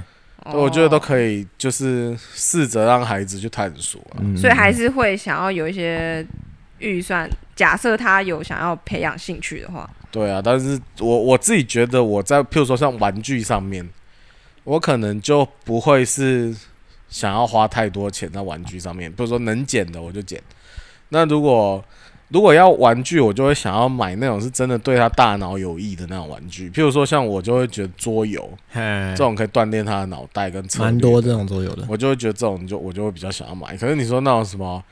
A: 哦，
B: 我觉得都可以，就是试着让孩子去探索啊。
C: 嗯，
A: 所以还是会想要有一些预算。假设他有想要培养兴趣的话，
B: 对啊，但是我我自己觉得我在譬如说像玩具上面，我可能就不会是想要花太多钱在玩具上面，比如说能捡的我就捡。那如果如果要玩具，我就会想要买那种是真的对他大脑有益的那种玩具，譬如说像我就会觉得桌游
C: 嘿
B: 这种可以锻炼他的脑袋跟策略
C: 哎蛮多这种桌游的，
B: 我就会觉得这种就我就会比较想要买。可是你说那种什么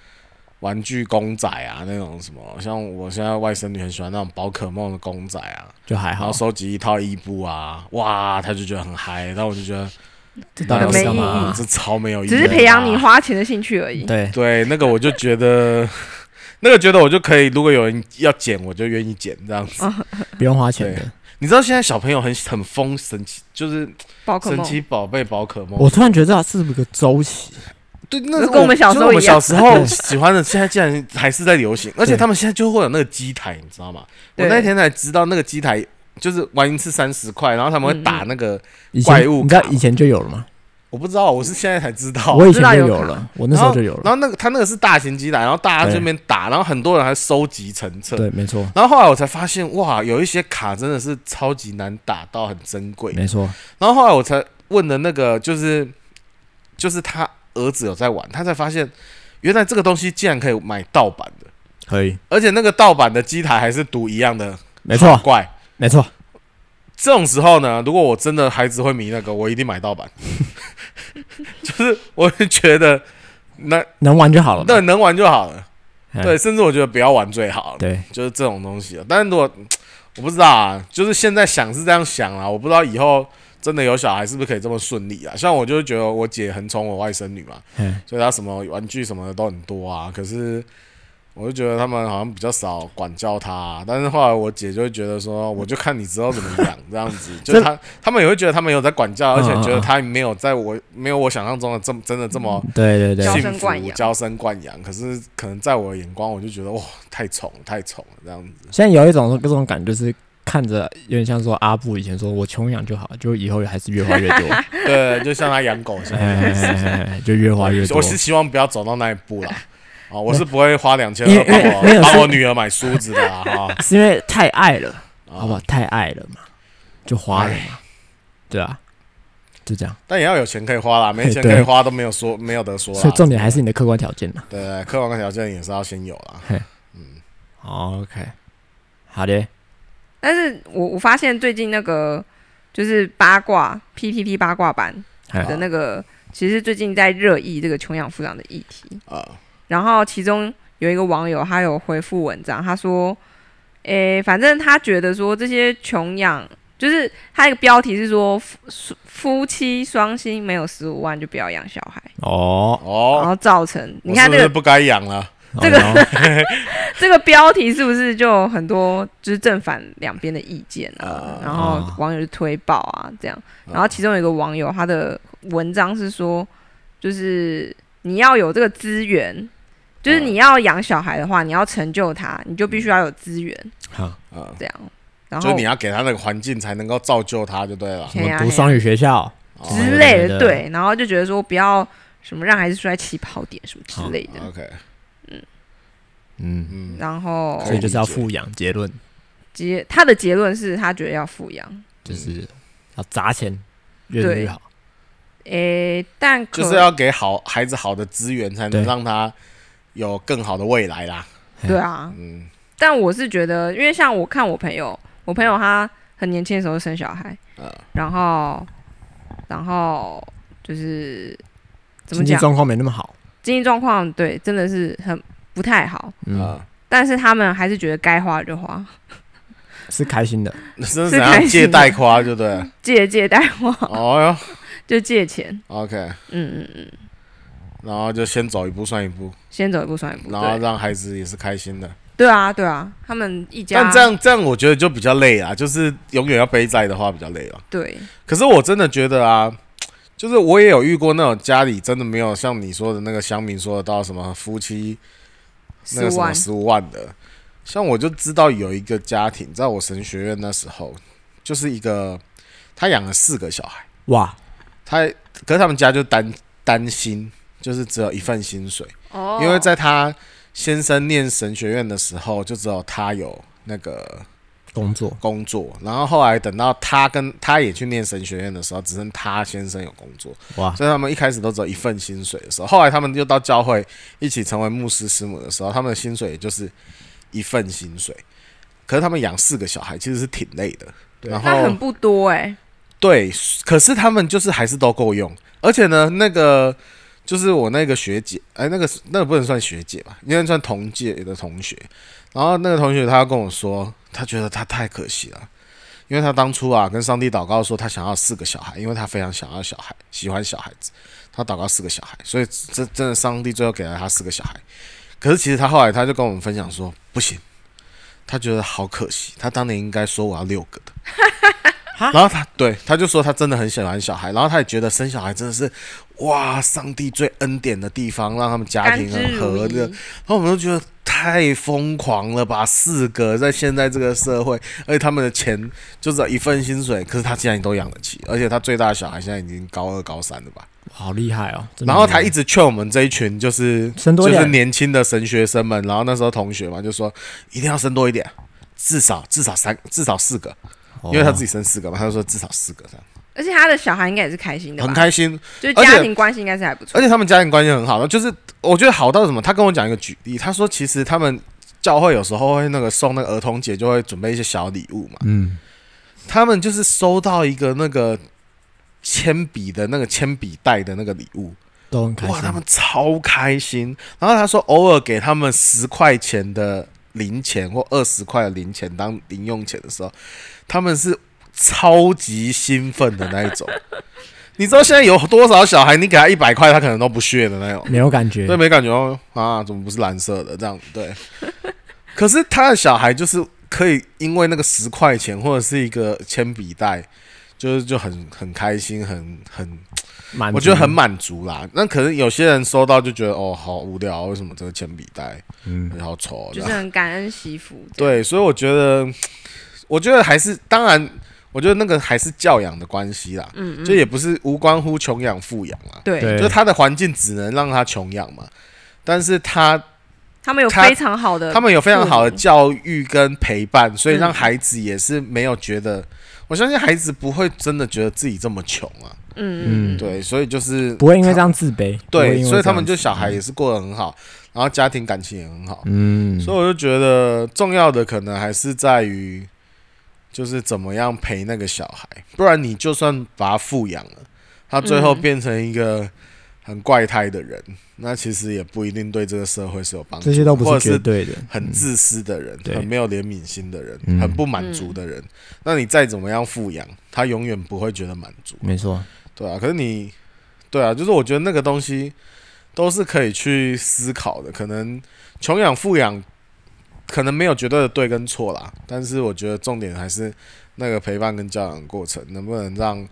B: 玩具公仔啊，那种什么，像我现在外甥女很喜欢那种宝可梦的公仔啊，
C: 就还
B: 然
C: 好
B: 后。收集一套伊布啊，哇，她就觉得很嗨，然后我就觉得
C: 这到底
A: 没
C: 是干
A: 意义
C: 嘛
B: 嗯？这嗯超没有意义，啊
A: 只是培养你。花钱的兴趣而已。
C: 对，
B: 对，那个我就觉得， 那个觉得我就可以，如果有人要捡，我就愿意捡这样子。
C: 不用花钱的。
B: 你知道现在小朋友很很疯神奇，就是
A: 宝可
B: 神
A: 梦，
B: 奇宝贝、宝可梦，
C: 我突然觉得这是不是个周期？
B: 对，那是
A: 跟我们小时候
B: 就是我们
A: 一样
B: 小时 候喜欢的，现在竟然还是在流行，而且他们现在就会有那个机台，你知道吗？我
A: 对
B: 那天才知道那个机台就是玩一次三十块，然后他
A: 嗯
B: 们会打那个，
C: 以
B: 怪
C: 前
B: 物
C: 你知道
B: 卡
C: 以前就有了吗？
B: 我不知道，我是现在才知道。
C: 我以
A: 知
C: 前
A: 道
C: 就
A: 有
C: 有
A: 卡
C: 了，我那时候就有
B: 然
C: 了。
B: 后那个他那个是大型机台，然后大家
C: 对
B: 这边打，然后很多人还收集成册。
C: 对，没错，
B: 然后后来我才发现，哇，有一些卡真的是超级难打到，很珍贵。
C: 没错，
B: 然后后来我才问了那个，就是就是他儿子有在玩，他才发现原来这个东西竟然可以买盗版的。
C: 可以，
B: 而且那个盗版的机台还是读一样的，
C: 没错，
B: 怪。
C: 没错，
B: 这种时候呢，如果我真的孩子会迷那个，我一定买盗版。 就是我会觉得那
C: 能玩就好了嘛。
B: 那能玩就好了，
C: 嘿
B: 对，甚至我觉得不要玩最好，
C: 嗯哎对，
B: 就是这种东西啊。但是如果我不知道啊，就是现在想是这样想啦，我不知道以后真的有小孩是不是可以这么顺利啊。像我就觉得我姐很宠我外甥女嘛，
C: 嘿
B: 所以她什么玩具什么的都很多啊。可是我就觉得他们好像比较少管教她、但是后来我姐就会觉得说，我就看你之后怎么养这样子。就是她他们也会觉得他们有在管教，而且觉得她没有在我没有我想象中的这么真的这么。
C: 对对
A: 教
C: 对，
B: 幸
A: 生
B: 福
A: 惯养
B: 娇生惯养，可是可能在我的眼光，我就觉得哇，太宠了太宠了这样 子。
C: 现在有一种这种感觉，就是看着有点像说阿布以前说我穷养就好，就以后还是越花越多，哎
B: 对，就像他养狗一
C: 嘿
B: 样。
C: 嘿嘿嘿哎嘿就越花越多
B: 我。是希望不要走到那一步啦。 啊，我是不会花两千
C: 因
B: 二
C: 为因为
B: 帮
C: 没
B: 我
C: 有
B: 帮
C: 是
B: 我女儿买梳子的啊 哈。
C: 是因为太爱了，
B: 啊
C: 好不好？太爱了嘛，就花了嘛，对啊，就这样。
B: 但也要有钱可以花啦，没
C: 嘿
B: 钱
C: 对
B: 可以花都没有说没有得说啦。啊
C: 所以重点还是你的客观条件嘛。
B: 对客观条件也是要先有啦。
C: OK，好的，
A: 但是我我发现最近那个就是八卦 PPT 八卦版
C: 哎
A: 的那个，其实最近在热议这个穷养富养的议题。
C: 哦
B: 啊，
A: 然后其中有一个网友他有回复文章，他说：“诶，反正他觉得说这些穷养，就是他一个标题是说夫夫妻双薪没有十五万就不要养小孩，
C: 哦，
A: 然
B: 哦，
A: 后造成你
B: 我
A: 看
B: 是
A: 这
B: 不
A: 个
B: 是不该养了？
A: 这个
C: 哦
A: 这个标题是不是就有很多就是正反两边的意见啊
B: 啊？
A: 然后
C: 啊
A: 网友就推爆啊，这样。
B: 啊
A: 然后其中有一个网友他的文章是说，就是你要有这个资源，就是你要养小孩的话，你要成就他，你就必须要有资源，
C: 好，
B: 啊，
A: 这样。然
B: 就
A: 后
B: 你要给他那个环境，才能够造就他就对了。
C: 什
A: 嘿
C: 么
A: 呀
C: 读
A: 嘿呀
C: 双语学校，
B: 哦
A: 之类的，
C: 哦
A: 对。然后就觉得说不要什么让孩子输在起跑点什么之
C: 好
A: 类的。
B: OK，
C: 嗯，
B: 哦嗯，
A: 然后
B: 可
C: 所以就是要
B: 理解
C: 富养。结论
A: 结他的结论是他觉得要富养，
C: 就是要砸钱，越多越
A: 对
C: 好。
A: 诶、但可
B: 就是要给好孩子好的资源，才能
C: 对
B: 让他有更好的未来啦。
A: 对啊，
B: 嗯，
A: 但我是觉得，因为像我看我朋友，我朋友他很年轻的时候生小孩，
B: 嗯
A: 然后然后就是怎么
C: 经济
A: 讲，
C: 状况没那么好，
A: 经济状况对真的是很不太好，
C: 嗯，
B: 啊，
A: 但是他们还是觉得该花就花，
C: 是开心的，
B: 那是
A: 是
B: 怎
A: 开
B: 样
A: 心
B: 借
A: 的
B: 贷夸，对不对了？
A: 借借贷花
B: 哦
A: 就借钱，
B: 哟，OK，
A: 嗯嗯嗯，
B: 然后就先走一步算一步，
A: 先走一步算一步，
B: 然后
A: 对
B: 让孩子也是开心的。
A: 对啊对啊，他们一家
B: 但这样这样，我觉得就比较累啊，就是永远要背债的话比较累了。
A: 对
B: 可是我真的觉得啊，就是我也有遇过那种家里真的没有像你说的那个乡民说的到什么夫妻
A: 十
B: 那个什么
A: 万
B: 十五万的，像我就知道有一个家庭，在我神学院那时候，就是一个他养了四个小孩，
C: 哇，
B: 他可是他们家就单单薪，就是只有一份薪水，
A: 哦，
B: 因为在他先生念神学院的时候，就只有他有那个
C: 工作
B: 工作，然后后来等到他跟他也去念神学院的时候，只剩他先生有工作，
C: 哇，
B: 所以他们一开始都只有一份薪水的时候，后来他们又到教会一起成为牧师师母的时候，他们的薪水也就是一份薪水。可是他们养四个小孩其实是挺累的，
C: 对
B: 然
A: 那
B: 后
A: 很不多哎、
B: 对，可是他们就是还是都够用，而且呢，那个就是我那个学姐，哎，那个那个不能算学姐吧，应该算同届的同学。然后那个同学他跟我说，他觉得他太可惜了，因为他当初啊跟上帝祷告说他想要四个小孩，因为他非常想要小孩，喜欢小孩子，他祷告四个小孩，所以真真的上帝最后给了他四个小孩。可是其实他后来他就跟我们分享说，不行，他觉得好可惜，他当年应该说我要六 个的。然后他对他就说他真的很喜欢小孩，然后他也觉得生小孩真的是哇，上帝最恩典的地方，让他们家
A: 甘
B: 庭
A: 之
B: 很
A: 如
B: 和
A: 饴
B: 乐。然后我们都觉得太疯狂了吧，四个在现在这个社会，而且他们的钱就只有一份薪水，可是他竟然都养得起，而且他最大的小孩现在已经高二高三了吧。
C: 好厉害哦！真的
B: 然后
C: 很厉
B: 他
C: 害
B: 一直劝我们这一群就是
C: 生多
B: 就
C: 点
B: 是年轻的神学生们，然后那时候同学嘛就说一定要生多一点，至少至少三至少四个，
C: 哦
B: 因为他自己生四个嘛，他就说至少四个这样，
A: 而且他的小孩应该也是开心的吧，
B: 很开心。
A: 就是
B: 而且
A: 家庭关系应该是还不错
B: 而。且他们家庭关系很好，就是我觉得好到什么？他跟我讲一个举例，他说其实他们教会有时候会那个送那个儿童节就会准备一些小礼物嘛，
C: 嗯，
B: 他们就是收到一个那个铅笔的那个铅笔袋的那个礼物，
C: 都很开
B: 哇，
C: 心
B: 他，们超开心。然后他说偶尔给他们十块钱的零钱或二十块的零钱当零用钱的时候，他们是超级兴奋的那一 种。你知道现在有多少小孩，你给他一百块，他可能都不屑的那种。
C: 没有感觉
B: 对，，没感觉哦啊，怎么不是蓝色的这样？ 对。可是他的小孩就是可以因为那个十块钱或者是一个铅笔袋，就是就很很开心，很很，
C: 满足
B: 我觉得很满足啦。那可能有些人收到就觉得哦，好无聊哦，为什么这个铅笔袋
C: 嗯
B: 很好丑哦？这
A: 就是
B: 样
A: 很感恩惜福。
B: 对，所以我觉得，我觉得还是当然，我觉得那个还是教养的关系啦，
A: 嗯
B: 就也不是无关乎穷养富养啦，
A: 对，
C: 对
B: 就是他的环境只能让他穷养嘛，但是他
A: 他们有
B: 他
A: 非常好的，
B: 他们有非常好的
A: 呃父母
B: 教育跟陪伴，所以让
A: 嗯
B: 孩子也是没有觉得，我相信孩子不会真的觉得自己这么穷啊。
A: 嗯嗯，
C: 嗯
B: 对，所以就是
C: 不会因为这样自卑，不会因
B: 对，
C: 为
B: 所以
C: 这
B: 他
C: 样
B: 们就
C: 子
B: 小孩也是过得很好，然后家庭感情也很好，
C: 嗯，
B: 所以我就觉得重要的可能还是在于，就是怎么样陪那个小孩，不然你就算把他富养了，他最后
A: 嗯
B: 变成一个很怪胎的人，那其实也不一定对这个社会是有帮助
C: 这
B: 的，
C: 些都不
B: 或者
C: 是绝对的，
B: 很自私的人，
C: 对
B: 很没有怜悯心的人，
C: 嗯
B: 很不满足的人，那你再怎么样富养，他永远不会觉得满足，
C: 没错，
B: 对啊。可是你，对啊，就是我觉得那个东西都是可以去思考的。可能穷养富养，可能没有绝对的对跟错啦，但是我觉得重点还是那个陪伴跟教养的过程，能不能让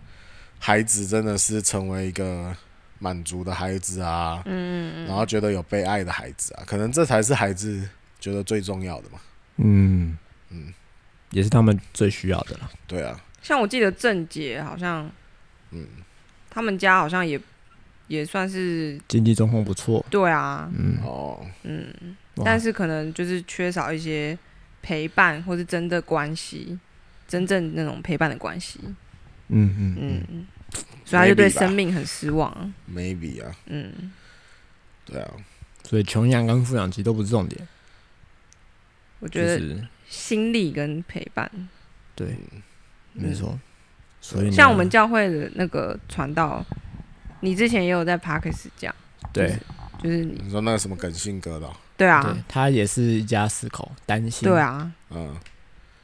B: 孩子真的是成为一个满足的孩子啊，嗯，然后觉得有被爱的孩子啊，可能这才是孩子觉得最重要的嘛。
C: 嗯
B: 嗯
C: 嗯，也是他们最需要的了。
B: 对啊，
A: 像我记得郑杰好像，
B: 嗯
A: 他们家好像也也算是
C: 经济状况不错，
A: 对啊，
C: 嗯，
B: 哦，
A: 嗯，
C: 哇
A: 但是可能就是缺少一些陪伴或是真的关系，真正那种陪伴的关系。
C: 嗯嗯嗯，
A: 嗯，嗯所以他就对
B: Maybe 吧
A: 生命很失望。
B: ，maybe 啊，
A: 嗯，
B: 对啊，
C: 所以穷养跟富养其实都不是重点，
A: 我
C: 就
A: 觉得
C: 是
A: 心力跟陪伴，
C: 对，
A: 嗯
C: 没错。所以呢
A: 像我们教会的那个传道，你之前也有在 Parkes 讲，
C: 对
A: 就是你
B: 你说那个什么梗性格的哦、
A: 对啊
C: 对，，他也是一家四口，单薪，
A: 对，啊，
B: 嗯，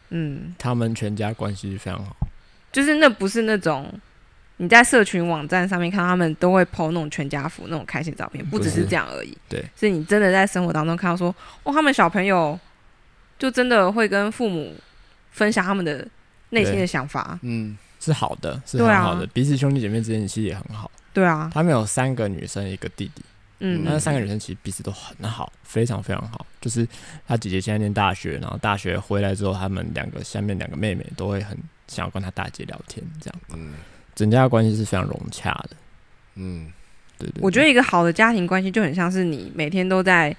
A: 嗯，
C: 他们全家关系非常好。
A: 就是那不是那种你在社群网站上面看他们都会 PO 那种全家福那种开心照片，不只
C: 不
A: 是
C: 是
A: 这样而已。
C: 对，
A: 是你真的在生活当中看到说，哦，他们小朋友就真的会跟父母分享他们的内心的
C: 对
A: 想法。
B: 嗯，
C: 是好的，是
A: 对
C: 很
A: 啊
C: 好的，彼此兄弟姐妹之间其实也很好。
A: 对啊，
C: 他们有三个女生，一个弟弟，
A: 嗯，
C: 那三个女生其实彼此都很好，非常非常好。就是她姐姐现在念大学，然后大学回来之后，她们两个下面两个妹妹都会很想要跟她大姐聊天，这样
B: 嗯
C: 整家的关系是非常融洽的。
B: 嗯，
C: 对对
A: 我觉
C: 得
A: 得一个好的家庭关系就很像是你每天都在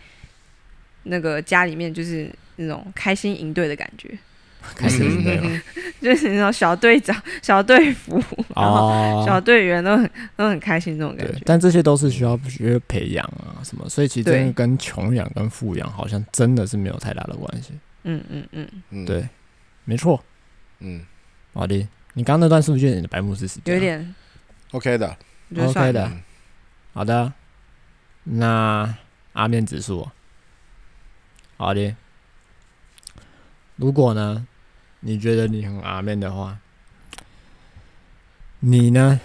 A: 那个家里面，就是那种开心营队的感觉，
C: 开始
B: 嗯
C: 没有
B: 嗯
A: 就是那种小队长、小队服、然后
C: 哦，
A: 小队员都很都很开心那种感
C: 对
A: 觉，。
C: 但这些都是需要学培养啊什么，所以其实真
A: 对
C: 的跟穷养跟富养好像真的是没有太大的关系。
A: 嗯嗯嗯，
B: 嗯，
C: 对没错，
B: 嗯
C: 好的，你刚刚那段是不是就是你的白目事实？
A: 有一点，
B: ，OK 的，
A: 我觉得算
C: 啊
A: 了
C: OK 的
B: 嗯，
C: 好的。啊那阿面指数哦，好的。如果呢，你觉得你很阿面的话，你呢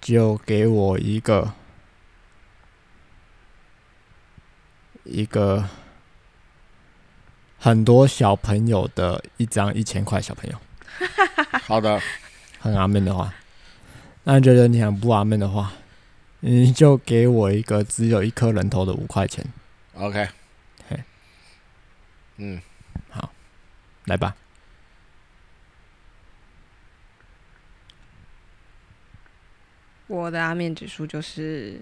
C: 就给我一个一个很多小朋友的一张一千块小朋友。
B: 好的，
C: 很阿闷的话，那你觉得你很不阿闷的话，你就给我一个只有一颗人头的五块钱，
B: OK，
C: 嘿
B: 嗯，
C: 来吧。
A: 我的阿面指数就是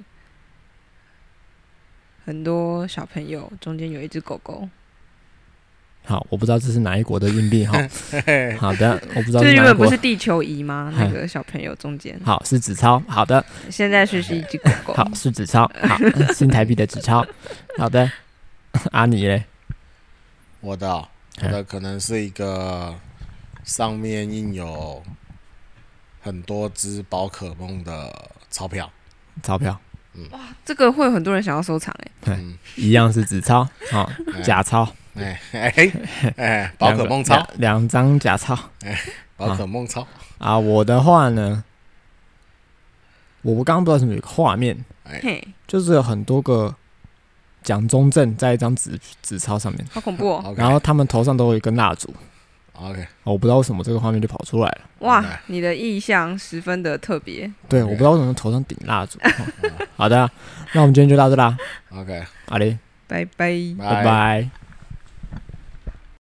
A: 很多小朋友中间有一只狗狗，
C: 好，我不知道这是哪一国的硬币 哈。
B: 嘿嘿，
C: 好的，我不知道
A: 就是是原
C: 哪一
A: 本不
C: 国
A: 是。地球仪吗？
C: 嗨
A: 那个小朋友中间，
C: 好，哎是纸钞。好的，
A: 现在是是一只狗狗。
B: 哦
C: 好是纸钞。 好，新台币的纸钞。好的，阿尼嘞，
B: 我的哦、我的可能是一个上面印有很多只宝可梦的钞票，
C: 钞票
A: 这个会有很多人想要收藏哎、
C: 对
B: 嗯，
C: 一样是纸钞。好，
B: 哎
C: 假钞，
B: 哎哎哎，宝可梦
C: 两
B: 钞
C: 个，两两张假钞。
B: 宝可梦钞，
C: 啊，我的话呢，我刚刚不知道为什么有个画面，
B: 哎
A: 嘿，
C: 就是有很多个蒋中正在一张纸纸钞上面，
A: 好恐怖、哦！
B: ，OK，
C: 然后他们头上都有一根蜡烛、
B: OK，
C: 哦我不知道为什么这个画面就跑出来了。
A: 哇，你的意象十分的特别。
C: 对，我不知道为什么头上顶蜡烛。哦好的，那我们今天就到这啦，
B: OK，
C: 阿雷，
A: 拜拜。
C: 拜拜。